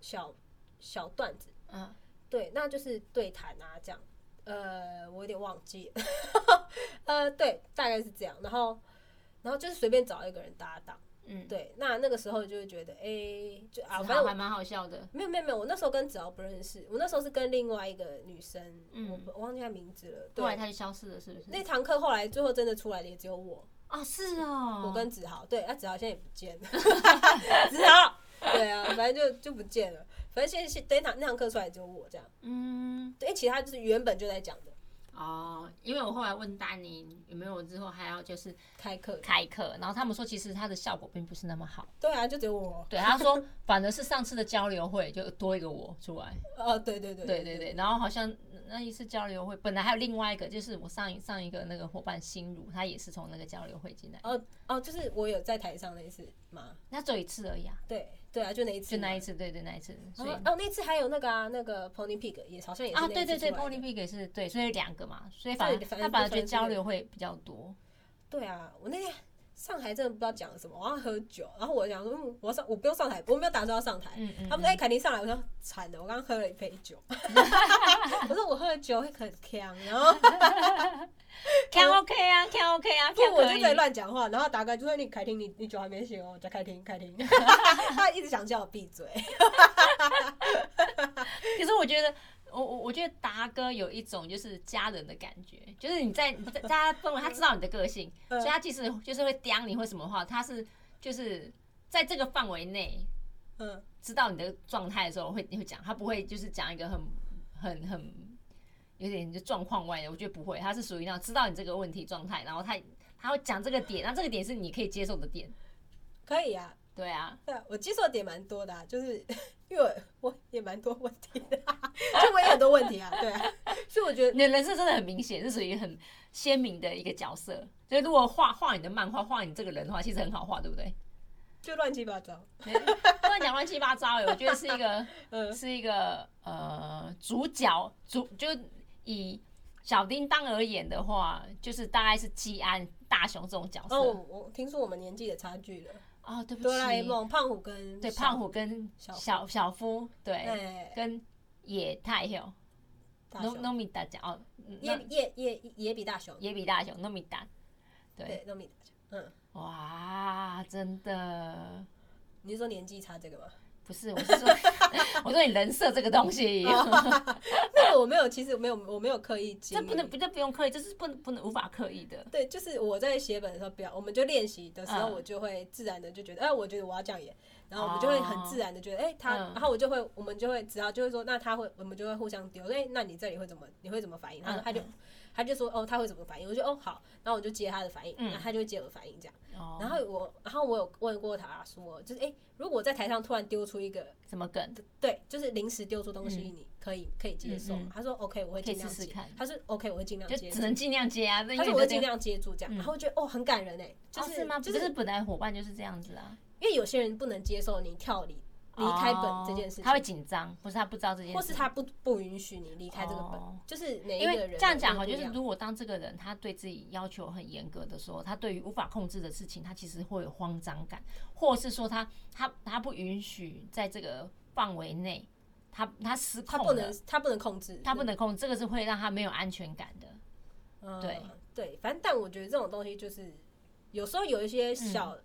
[SPEAKER 3] 小小段子，
[SPEAKER 2] 嗯、
[SPEAKER 3] 对，那就是对谈啊这样。呃，我有点忘记了，呃，对，大概是这样。然后，然后就是随便找一个人搭档。
[SPEAKER 2] 嗯，
[SPEAKER 3] 对，那那个时候就会觉得，哎、就啊，
[SPEAKER 2] 子豪
[SPEAKER 3] 反正
[SPEAKER 2] 还
[SPEAKER 3] 我
[SPEAKER 2] 蛮好笑的。
[SPEAKER 3] 没有没有没有，我那时候跟子豪不认识，我那时候是跟另外一个女生，
[SPEAKER 2] 嗯
[SPEAKER 3] 我不我忘记她名字了。
[SPEAKER 2] 后来
[SPEAKER 3] 对，
[SPEAKER 2] 他就消失了，是不是？
[SPEAKER 3] 那堂课后来最后真的出来的也只有我。
[SPEAKER 2] 哦，是哦，
[SPEAKER 3] 我跟子豪，对，啊，子豪现在也不见了， *laughs* 子豪，对啊，反正就就不见了，反正现在是那堂那堂课出来只有我这样，
[SPEAKER 2] 嗯
[SPEAKER 3] 对，其他就是原本就在讲的
[SPEAKER 2] 哦，因为我后来问丹尼有没有之后还要就是
[SPEAKER 3] 开课，
[SPEAKER 2] 开课，然后他们说其实它的效果并不是那么好。
[SPEAKER 3] 对啊，就只有我，
[SPEAKER 2] 对，他说反而是上次的交流会就多一个我出来。
[SPEAKER 3] 哦，对对对
[SPEAKER 2] 对对对，然后好像那一次交流会本来还有另外一个，就是我上一上一个那个伙伴心如，他也是从那个交流会进来，
[SPEAKER 3] 哦哦，就是我有在台上那一次嘛，
[SPEAKER 2] 那只有一次而已啊，
[SPEAKER 3] 对对啊，就那一次
[SPEAKER 2] 就
[SPEAKER 3] 嘛，
[SPEAKER 2] 那一次，对对那一次，所
[SPEAKER 3] 然
[SPEAKER 2] 以
[SPEAKER 3] 后。哦，那次还有那个啊，那个 Pony Pig 也好像也是
[SPEAKER 2] 啊，
[SPEAKER 3] 那
[SPEAKER 2] 对
[SPEAKER 3] 一次
[SPEAKER 2] 对对
[SPEAKER 3] 出来的
[SPEAKER 2] ，Pony Pig 也是对，所以两个嘛，所以反
[SPEAKER 3] 对
[SPEAKER 2] 正
[SPEAKER 3] 反
[SPEAKER 2] 他
[SPEAKER 3] 正
[SPEAKER 2] 反
[SPEAKER 3] 不
[SPEAKER 2] 而觉
[SPEAKER 3] 算
[SPEAKER 2] 得
[SPEAKER 3] 是
[SPEAKER 2] 交流会比较多。
[SPEAKER 3] 对啊，我那天上台真的不知道讲了什么，我要喝酒，然后我想说，嗯，我要上，我不用上台，我没有打算要上台。
[SPEAKER 2] 嗯嗯 *laughs*
[SPEAKER 3] 他们说，哎、凯婷上来，我说惨了，我刚喝了一杯酒。我说我喝喝酒会很呛，
[SPEAKER 2] *laughs*
[SPEAKER 3] 然后
[SPEAKER 2] 看 OK 啊，看 OK 啊，
[SPEAKER 3] 不
[SPEAKER 2] 看
[SPEAKER 3] 我
[SPEAKER 2] 可
[SPEAKER 3] 就
[SPEAKER 2] 以
[SPEAKER 3] 在。乱讲话，然后打开就说你凯婷，你你酒还没醒哦，我叫凯婷，凯
[SPEAKER 2] *laughs*
[SPEAKER 3] 婷，他一直想叫我闭嘴，
[SPEAKER 2] 可是我觉得，我我我觉得达哥有一种就是家人的感觉，就是你在你在大家氛围，他知道你的个性，
[SPEAKER 3] 嗯
[SPEAKER 2] 所以他即使就是会刁你或什么的话，他是就是在这个范围内
[SPEAKER 3] 嗯，
[SPEAKER 2] 知道你的状态的时候会会讲，他不会就是讲一个很很很有点就状况外的，我觉得不会，他是属于那种知道你这个问题状态，然后他他会讲这个点，那这个点是你可以接受的点，
[SPEAKER 3] 可以啊，
[SPEAKER 2] 对啊，
[SPEAKER 3] 对啊，我接受的点蛮多的、啊，就是因为我我也蛮多问题的、啊， *laughs* 就我也很多问题啊，对啊，所以我觉得
[SPEAKER 2] 你的人设真的很明显，是属于很鲜明的一个角色。所以如果画画你的漫画，画你这个人的话，其实很好画，对不对？
[SPEAKER 3] 就乱七八糟，
[SPEAKER 2] 乱讲乱七八糟哎，我觉得是一个
[SPEAKER 3] *laughs* 嗯
[SPEAKER 2] 是一个呃主角主就以小叮当而言的话，就是大概是季安、大雄这种角色。
[SPEAKER 3] 哦，我我听说我们年纪的差距了，
[SPEAKER 2] 哦，对不
[SPEAKER 3] 哆啦 A
[SPEAKER 2] 起，
[SPEAKER 3] 梦、胖虎跟
[SPEAKER 2] 对
[SPEAKER 3] 小
[SPEAKER 2] 胖，虎跟
[SPEAKER 3] 小
[SPEAKER 2] 小小夫，对，
[SPEAKER 3] 哎，
[SPEAKER 2] 跟野太雄、
[SPEAKER 3] 大
[SPEAKER 2] 农
[SPEAKER 3] 雄
[SPEAKER 2] 农米达讲哦，
[SPEAKER 3] 也
[SPEAKER 2] 野
[SPEAKER 3] 也也也比大雄，
[SPEAKER 2] 野比大雄、农米达，对，
[SPEAKER 3] 对，糯米大雄，嗯，
[SPEAKER 2] 哇，真的。
[SPEAKER 3] 你是说年纪差这个吗？ *laughs*
[SPEAKER 2] 不是，我是说， *laughs* 我说你人设这个东西，
[SPEAKER 3] 哦 *laughs* 那个我没有，其实没有，我没有刻意经
[SPEAKER 2] 这
[SPEAKER 3] 营
[SPEAKER 2] 不能，不这不用刻意，这是不能不能无法刻意的。
[SPEAKER 3] 对，就是我在写本的时候，表我们就练习的时候，
[SPEAKER 2] 嗯
[SPEAKER 3] 我就会自然的就觉得，哎、我觉得我要这样演，然后我们就会很自然的觉得，哎、他，
[SPEAKER 2] 嗯
[SPEAKER 3] 然后我就会，我们就会，只要就会说，那他会，我们就会互相丢，哎、那你这里会怎么，你会怎么反应？他
[SPEAKER 2] 嗯
[SPEAKER 3] 他就他就说，哦，他会怎么反应？我就哦好，然后我就接他的反应，
[SPEAKER 2] 嗯
[SPEAKER 3] 然后他就会接我的反应这样。
[SPEAKER 2] 哦
[SPEAKER 3] 然后我，然后我有问过他说，就是哎、如果我在台上突然丢出一个，
[SPEAKER 2] 什么梗？
[SPEAKER 3] 对，就是临时丢出东西，
[SPEAKER 2] 嗯
[SPEAKER 3] 你可以可以接受吗？
[SPEAKER 2] 嗯嗯
[SPEAKER 3] 他说 OK，我会
[SPEAKER 2] 可以
[SPEAKER 3] 尽量
[SPEAKER 2] 试试
[SPEAKER 3] 接
[SPEAKER 2] 看
[SPEAKER 3] 他说 OK，我会尽量
[SPEAKER 2] 就
[SPEAKER 3] 接
[SPEAKER 2] 只
[SPEAKER 3] 住。
[SPEAKER 2] 能尽量接啊。
[SPEAKER 3] 他
[SPEAKER 2] 他
[SPEAKER 3] 说我会尽量接住这样，
[SPEAKER 2] 嗯
[SPEAKER 3] 然后我觉得哦很感人哎，就
[SPEAKER 2] 哦是吗？
[SPEAKER 3] 就
[SPEAKER 2] 就是是本来伙伴就是这样子啊，
[SPEAKER 3] 因为有些人不能接受你跳离离开本这件事情，
[SPEAKER 2] 哦他会紧张，不是他不知道这件事，
[SPEAKER 3] 或是他不不允许你离开这个本
[SPEAKER 2] 哦，
[SPEAKER 3] 就是每一
[SPEAKER 2] 因
[SPEAKER 3] 个
[SPEAKER 2] 为
[SPEAKER 3] 人
[SPEAKER 2] 这样讲哈，
[SPEAKER 3] 有
[SPEAKER 2] 就是
[SPEAKER 3] 点不一样
[SPEAKER 2] 如果当这个人他对自己要求很严格的时候，他对于无法控制的事情，他其实会有慌张感，或者是说他他他不允许在这个范围内，他他失
[SPEAKER 3] 他
[SPEAKER 2] 控
[SPEAKER 3] 不
[SPEAKER 2] 了
[SPEAKER 3] 能，他不能控制，
[SPEAKER 2] 他不能控制，这个是会让他没有安全感的。
[SPEAKER 3] 能
[SPEAKER 2] 对
[SPEAKER 3] 嗯对，反正但我觉得这种东西就是有时候有一些小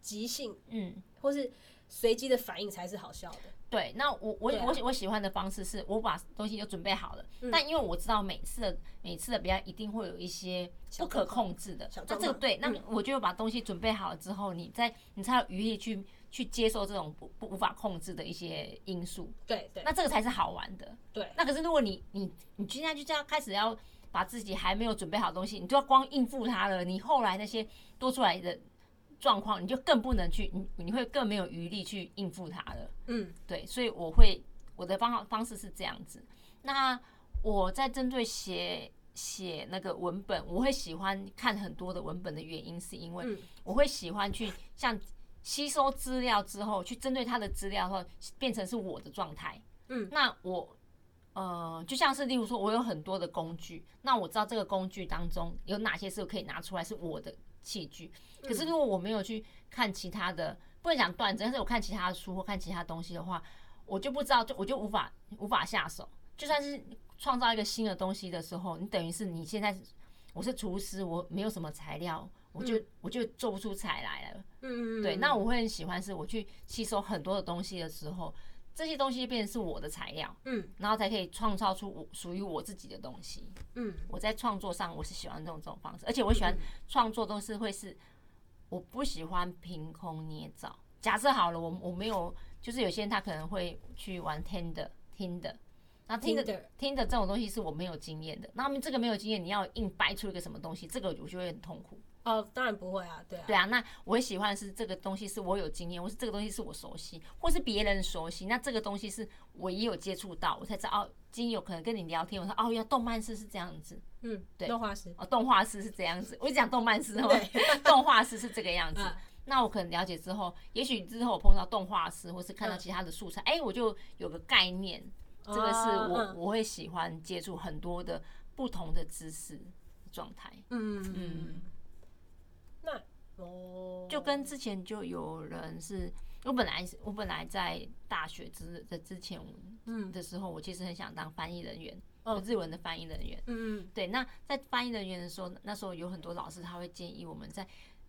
[SPEAKER 3] 即兴
[SPEAKER 2] 嗯，
[SPEAKER 3] 或是随机的反应才是好笑的，
[SPEAKER 2] 对。那我我、
[SPEAKER 3] 对啊
[SPEAKER 2] 我喜我喜欢的方式是我把东西就准备好了，
[SPEAKER 3] 嗯
[SPEAKER 2] 但因为我知道每次的每次的表演一定会有一些不可控制的
[SPEAKER 3] 小，
[SPEAKER 2] 那
[SPEAKER 3] 状况
[SPEAKER 2] 这个对，那
[SPEAKER 3] 嗯
[SPEAKER 2] 我就把东西准备好了之后，你再你才有余力去去接受这种不不无法控制的一些因素，
[SPEAKER 3] 对对
[SPEAKER 2] 那这个才是好玩的。
[SPEAKER 3] 对，
[SPEAKER 2] 那可是如果你你你今天就这样开始要把自己还没有准备好的东西，你就要光应付它了，你后来那些多出来的状况，你就更不能去，你你会更没有余力去应付它了。
[SPEAKER 3] 嗯
[SPEAKER 2] 对，所以我会我的方方式是这样子。那我在针对写写那个文本，我会喜欢看很多的文本的原因，是因为
[SPEAKER 3] 嗯
[SPEAKER 2] 我会喜欢去像吸收资料之后，去针对他的资料后，变成是我的状态。
[SPEAKER 3] 嗯，
[SPEAKER 2] 那我。呃，就像是例如说，我有很多的工具，那我知道这个工具当中有哪些是可以拿出来是我的器具。可是如果我没有去看其他的，不能讲段子，但是我看其他的书或看其他东西的话，我就不知道，就我就无法无法下手。就算是创造一个新的东西的时候，你等于是你现在是我是厨师，我没有什么材料，我就、我就做不出菜来了。
[SPEAKER 3] 嗯嗯
[SPEAKER 2] 对，那我会很喜欢是我去吸收很多的东西的时候，这些东西变成是我的材料，
[SPEAKER 3] 嗯
[SPEAKER 2] 然后才可以创造出我属于我自己的东西。
[SPEAKER 3] 嗯
[SPEAKER 2] 我在创作上我是喜欢这种这种方式，而且我喜欢创作都是会是，我不喜欢凭空捏造。假设好了，我我没有，就是有些人他可能会去玩 Tinder Tinder，那 Tinder
[SPEAKER 3] Tinder
[SPEAKER 2] Tinder 这种东西是我没有经验的，那他们这个没有经验，你要硬掰出一个什么东西，这个我就会很痛苦。
[SPEAKER 3] 哦，当然不会啊，对啊，
[SPEAKER 2] 对啊，那我会喜欢的是这个东西是我有经验，或是这个东西是我熟悉，或是别人熟悉。那这个东西是我也有接触到，我才知道哦，今天有可能跟你聊天，我说哦，原来动漫师是这样子，
[SPEAKER 3] 嗯，
[SPEAKER 2] 对
[SPEAKER 3] 弄
[SPEAKER 2] *laughs*
[SPEAKER 3] 花石，
[SPEAKER 2] 哦，动画师是这样子，我一直讲动漫师哦 *laughs*
[SPEAKER 3] 对，
[SPEAKER 2] 动画师是这个样子
[SPEAKER 3] 嗯。
[SPEAKER 2] 那我可能了解之后，也许之后我碰到动画师，或是看到
[SPEAKER 3] 嗯
[SPEAKER 2] 其他的素材，哎、我就有个概念。这个是
[SPEAKER 3] 哦
[SPEAKER 2] 我
[SPEAKER 3] 嗯
[SPEAKER 2] 我会喜欢接触很多的不同的知识状态，
[SPEAKER 3] 嗯嗯
[SPEAKER 2] 嗯
[SPEAKER 3] 嗯，那哦，
[SPEAKER 2] 就跟之前就有人是我本来我本来在大学之的之前
[SPEAKER 3] 嗯
[SPEAKER 2] 的时候，我其实很想当翻译人员，有日文的翻译人员。
[SPEAKER 3] 嗯，
[SPEAKER 2] 对，那在翻译人员的时候，那时候有很多老师他会建议我们在，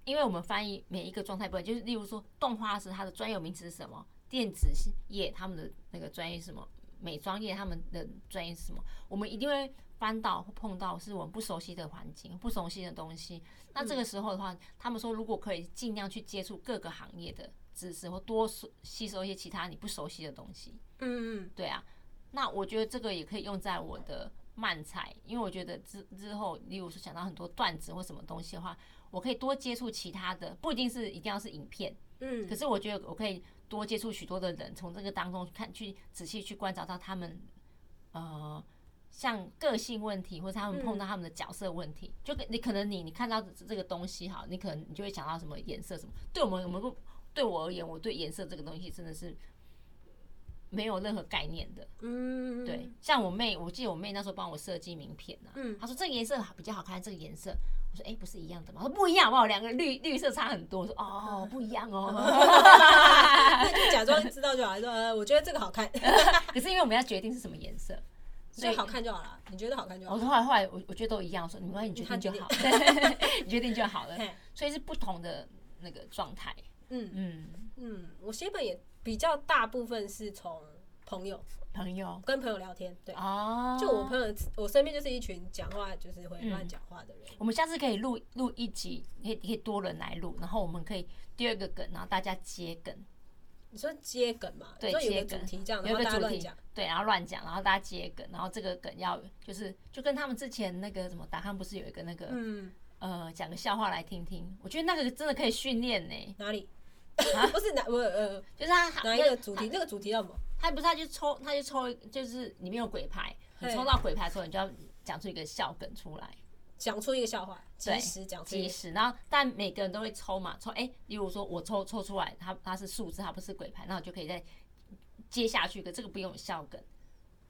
[SPEAKER 2] 因为我们翻译每一个状态不一样，就是例如说动画师他的专有名词是什么，电子业他们的那个专业是什么，美妆业他们的专业是什么，我们一定会翻到或碰到是我们不熟悉的环境、不熟悉的东西。那这个时候的话，他们说如果可以尽量去接触各个行业的知识，或多收吸收一些其他你不熟悉的东西。
[SPEAKER 3] 嗯嗯，
[SPEAKER 2] 对啊，那我觉得这个也可以用在我的漫才，因为我觉得之之后，例如说想到很多段子或什么东西的话，我可以多接触其他的，不一定是一定要是影片，
[SPEAKER 3] 嗯，
[SPEAKER 2] 可是我觉得我可以多接触许多的人，从这个当中看去仔细去观察到他们，呃。像个性问题，或者他们碰到他们的角色问题，就跟你可能你你看到这个东西哈，你可能你就会想到什么颜色什么。对我们我们不对我而言，我对颜色这个东西真的是没有任何概念的。
[SPEAKER 3] 嗯，
[SPEAKER 2] 对，，像我妹，我记得我妹那时候帮我设计名片啊，
[SPEAKER 3] 嗯
[SPEAKER 2] 她说这个颜色比较好看，这个颜色，我说哎、不是一样的吗？她说不一样，哇，两个绿绿色差很多，我说哦不一样
[SPEAKER 3] *laughs*
[SPEAKER 2] 哦，
[SPEAKER 3] 那就假装知道就好 *laughs* 了。说呃，我觉得这个
[SPEAKER 2] *laughs*
[SPEAKER 3] 好看，
[SPEAKER 2] 可是因为我们要决定是什么颜色，
[SPEAKER 3] 所以好看就好了。你觉得好看就好
[SPEAKER 2] 我。说后来后来我我觉得都一样，我说没关系，你决定就好， *laughs* 你决定就好了
[SPEAKER 3] 嘿，
[SPEAKER 2] 所以是不同的那个状态，
[SPEAKER 3] 嗯
[SPEAKER 2] 嗯，
[SPEAKER 3] 嗯，我写本也比较大部分是从朋友
[SPEAKER 2] 朋友
[SPEAKER 3] 跟朋友聊天，对，
[SPEAKER 2] 哦，
[SPEAKER 3] 就我朋友，我身边就是一群讲话就是会乱讲话的人。
[SPEAKER 2] 我们下次可以录录一集，可以可以多人来录，然后我们可以第二个梗，然后大家接梗。
[SPEAKER 3] 你说接梗嘛？
[SPEAKER 2] 对
[SPEAKER 3] 你说有
[SPEAKER 2] 接
[SPEAKER 3] 个
[SPEAKER 2] 梗
[SPEAKER 3] 主题这样，然
[SPEAKER 2] 有一
[SPEAKER 3] 后
[SPEAKER 2] 个
[SPEAKER 3] 大家
[SPEAKER 2] 主
[SPEAKER 3] 乱
[SPEAKER 2] 题
[SPEAKER 3] 讲。，
[SPEAKER 2] 对，然后乱讲，然后大家接梗，然后这个梗要就是就跟他们之前那个什么达康不是有一个那个、
[SPEAKER 3] 嗯，
[SPEAKER 2] 呃讲个笑话来听听，我觉得那个真的可以训练呢，*laughs*
[SPEAKER 3] 哪里？不是哪我呃
[SPEAKER 2] 就是他
[SPEAKER 3] 哪一个主题？那个主题叫什么？
[SPEAKER 2] 他不是他就抽他就抽就是里面有鬼牌，你
[SPEAKER 3] 对
[SPEAKER 2] 抽到鬼牌的时候，你就要讲出一个笑梗出来，
[SPEAKER 3] 讲出一个笑话，及
[SPEAKER 2] 对
[SPEAKER 3] 时讲出一
[SPEAKER 2] 及
[SPEAKER 3] 个。
[SPEAKER 2] 时，然后但每个人都会抽嘛，抽哎、例如说我抽抽出来，它它是数字，它不是鬼牌，那我就可以再接下去一个，这个不用有笑梗。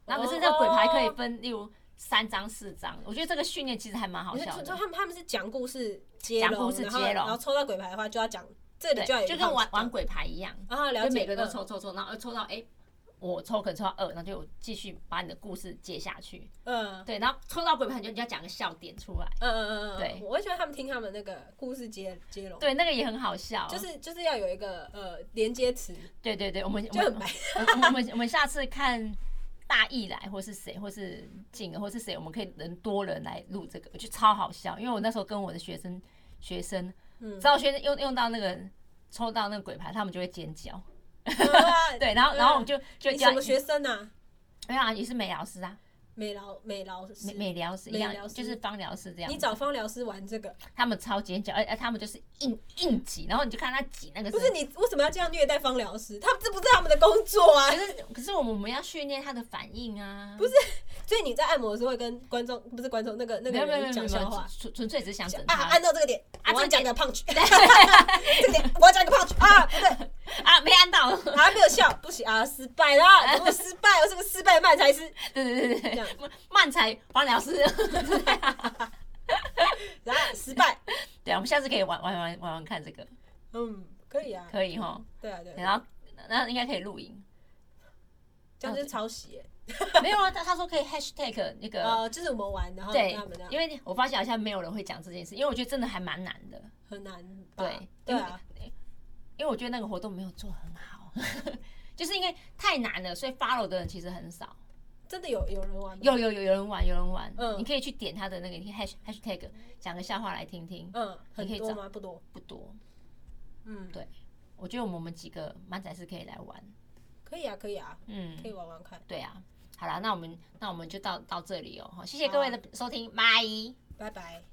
[SPEAKER 2] 然后可是这个鬼牌可以分，例如三张四张，我觉得这个训练其实还蛮好
[SPEAKER 3] 你
[SPEAKER 2] 笑
[SPEAKER 3] 看，就
[SPEAKER 2] 的，
[SPEAKER 3] 他们他们是讲故事接
[SPEAKER 2] 讲
[SPEAKER 3] 龙，
[SPEAKER 2] 故事
[SPEAKER 3] 然后
[SPEAKER 2] 接龙
[SPEAKER 3] 然后抽到鬼牌的话就要讲，这里
[SPEAKER 2] 对
[SPEAKER 3] 就要有，一
[SPEAKER 2] 就
[SPEAKER 3] 个
[SPEAKER 2] 跟玩
[SPEAKER 3] 好
[SPEAKER 2] 玩鬼牌一样，
[SPEAKER 3] 啊，了
[SPEAKER 2] 就
[SPEAKER 3] 解
[SPEAKER 2] 每个人都
[SPEAKER 3] 嗯
[SPEAKER 2] 抽抽抽，然后抽到哎、我抽可能抽到二，然后就继续把你的故事接下去。
[SPEAKER 3] 嗯
[SPEAKER 2] 对，然后抽到鬼牌你就你就要讲个笑点出来，
[SPEAKER 3] 嗯嗯嗯，
[SPEAKER 2] 对
[SPEAKER 3] 嗯，我会喜欢他们听他们那个故事接接龙，
[SPEAKER 2] 对，那个也很好笑，
[SPEAKER 3] 就是就是要有一个呃连接词，
[SPEAKER 2] 对对对，我们 *laughs*
[SPEAKER 3] 就很白 *laughs*
[SPEAKER 2] 呃我们我们我们下次看大义来，或是谁，或是静儿，或是谁，我们可以人多人来录这个，我觉得超好笑。因为我那时候跟我的学生学生，
[SPEAKER 3] 嗯
[SPEAKER 2] 只要学生用用到那个抽到那个鬼牌，他们就会尖叫。
[SPEAKER 3] 啊
[SPEAKER 2] 对，然后然后我们
[SPEAKER 3] 嗯
[SPEAKER 2] 就就
[SPEAKER 3] 你
[SPEAKER 2] 叫
[SPEAKER 3] 什么学生啊？
[SPEAKER 2] 没有啊，也是美疗师啊，
[SPEAKER 3] 美劳美劳
[SPEAKER 2] 美
[SPEAKER 3] 师，
[SPEAKER 2] 美疗师一
[SPEAKER 3] 美疗
[SPEAKER 2] 样，
[SPEAKER 3] 师
[SPEAKER 2] 就是芳疗师这样
[SPEAKER 3] 你。找方疗师玩这个，
[SPEAKER 2] 他们超尖叫，而而他们就是硬硬挤，然后你就看他挤那个
[SPEAKER 3] 不
[SPEAKER 2] 绳
[SPEAKER 3] 是
[SPEAKER 2] 子。
[SPEAKER 3] 你为什么要这样虐待方疗师？他们这不是他们的工作啊！
[SPEAKER 2] 可是我们我们要训练他的反应啊，不是
[SPEAKER 3] 所以你在按摩的时候会跟观众不是观众那个那
[SPEAKER 2] 没
[SPEAKER 3] 个
[SPEAKER 2] 有没有没
[SPEAKER 3] 人
[SPEAKER 2] 有，
[SPEAKER 3] 讲
[SPEAKER 2] 没
[SPEAKER 3] 笑
[SPEAKER 2] 有
[SPEAKER 3] 话。
[SPEAKER 2] 纯纯粹只是想整
[SPEAKER 3] 啊
[SPEAKER 2] 他，
[SPEAKER 3] 按到这个点，
[SPEAKER 2] 啊
[SPEAKER 3] 我
[SPEAKER 2] 这
[SPEAKER 3] 要
[SPEAKER 2] 个
[SPEAKER 3] 讲
[SPEAKER 2] *laughs*
[SPEAKER 3] 个 punch，这个点我要讲个 punch 啊，不对，
[SPEAKER 2] 啊，没按
[SPEAKER 3] *laughs*
[SPEAKER 2] 到。
[SPEAKER 3] 啊没有笑，不行啊，失败
[SPEAKER 2] *laughs*
[SPEAKER 3] 啦，我失败，我是个失败的慢才师。
[SPEAKER 2] 对对对
[SPEAKER 3] 这
[SPEAKER 2] 对
[SPEAKER 3] 样，
[SPEAKER 2] 漫才方疗师。
[SPEAKER 3] 然后啊失败，
[SPEAKER 2] 对，我们下次可以玩玩玩玩玩看这个，
[SPEAKER 3] 嗯，可以啊，
[SPEAKER 2] 可以哈。
[SPEAKER 3] 对啊对啊，
[SPEAKER 2] 然后那应该可以录影，
[SPEAKER 3] 这
[SPEAKER 2] 嗯
[SPEAKER 3] 样就是抄袭耶，
[SPEAKER 2] 没有啊？他他说可以 hashtag 那个。
[SPEAKER 3] 呃，就是我们玩，然后
[SPEAKER 2] 对
[SPEAKER 3] 让他们这，样
[SPEAKER 2] 因为我发现好像没有人会讲这件事，因为我觉得真的还蛮难的。
[SPEAKER 3] 很难吧，
[SPEAKER 2] 对
[SPEAKER 3] 对啊，
[SPEAKER 2] 因为我觉得那个活动没有做很好，就是因为太难了，所以 follow 的人其实很少。
[SPEAKER 3] 真的有有人玩吗，
[SPEAKER 2] 有有有有人玩，有人玩，
[SPEAKER 3] 嗯
[SPEAKER 2] 你可以去点他的那个 hash hashtag，讲个笑话来听听，
[SPEAKER 3] 嗯，很
[SPEAKER 2] 你可以
[SPEAKER 3] 多
[SPEAKER 2] 找
[SPEAKER 3] 吗？不多，
[SPEAKER 2] 不多。
[SPEAKER 3] 嗯，
[SPEAKER 2] 对我觉得我们我们几个漫仔是可以来玩，
[SPEAKER 3] 可以啊，可以啊，
[SPEAKER 2] 嗯，
[SPEAKER 3] 可以玩玩看，
[SPEAKER 2] 对啊，好啦，那我们那我们就到到这里哦，好，谢谢各位的收听，拜。
[SPEAKER 3] 拜拜。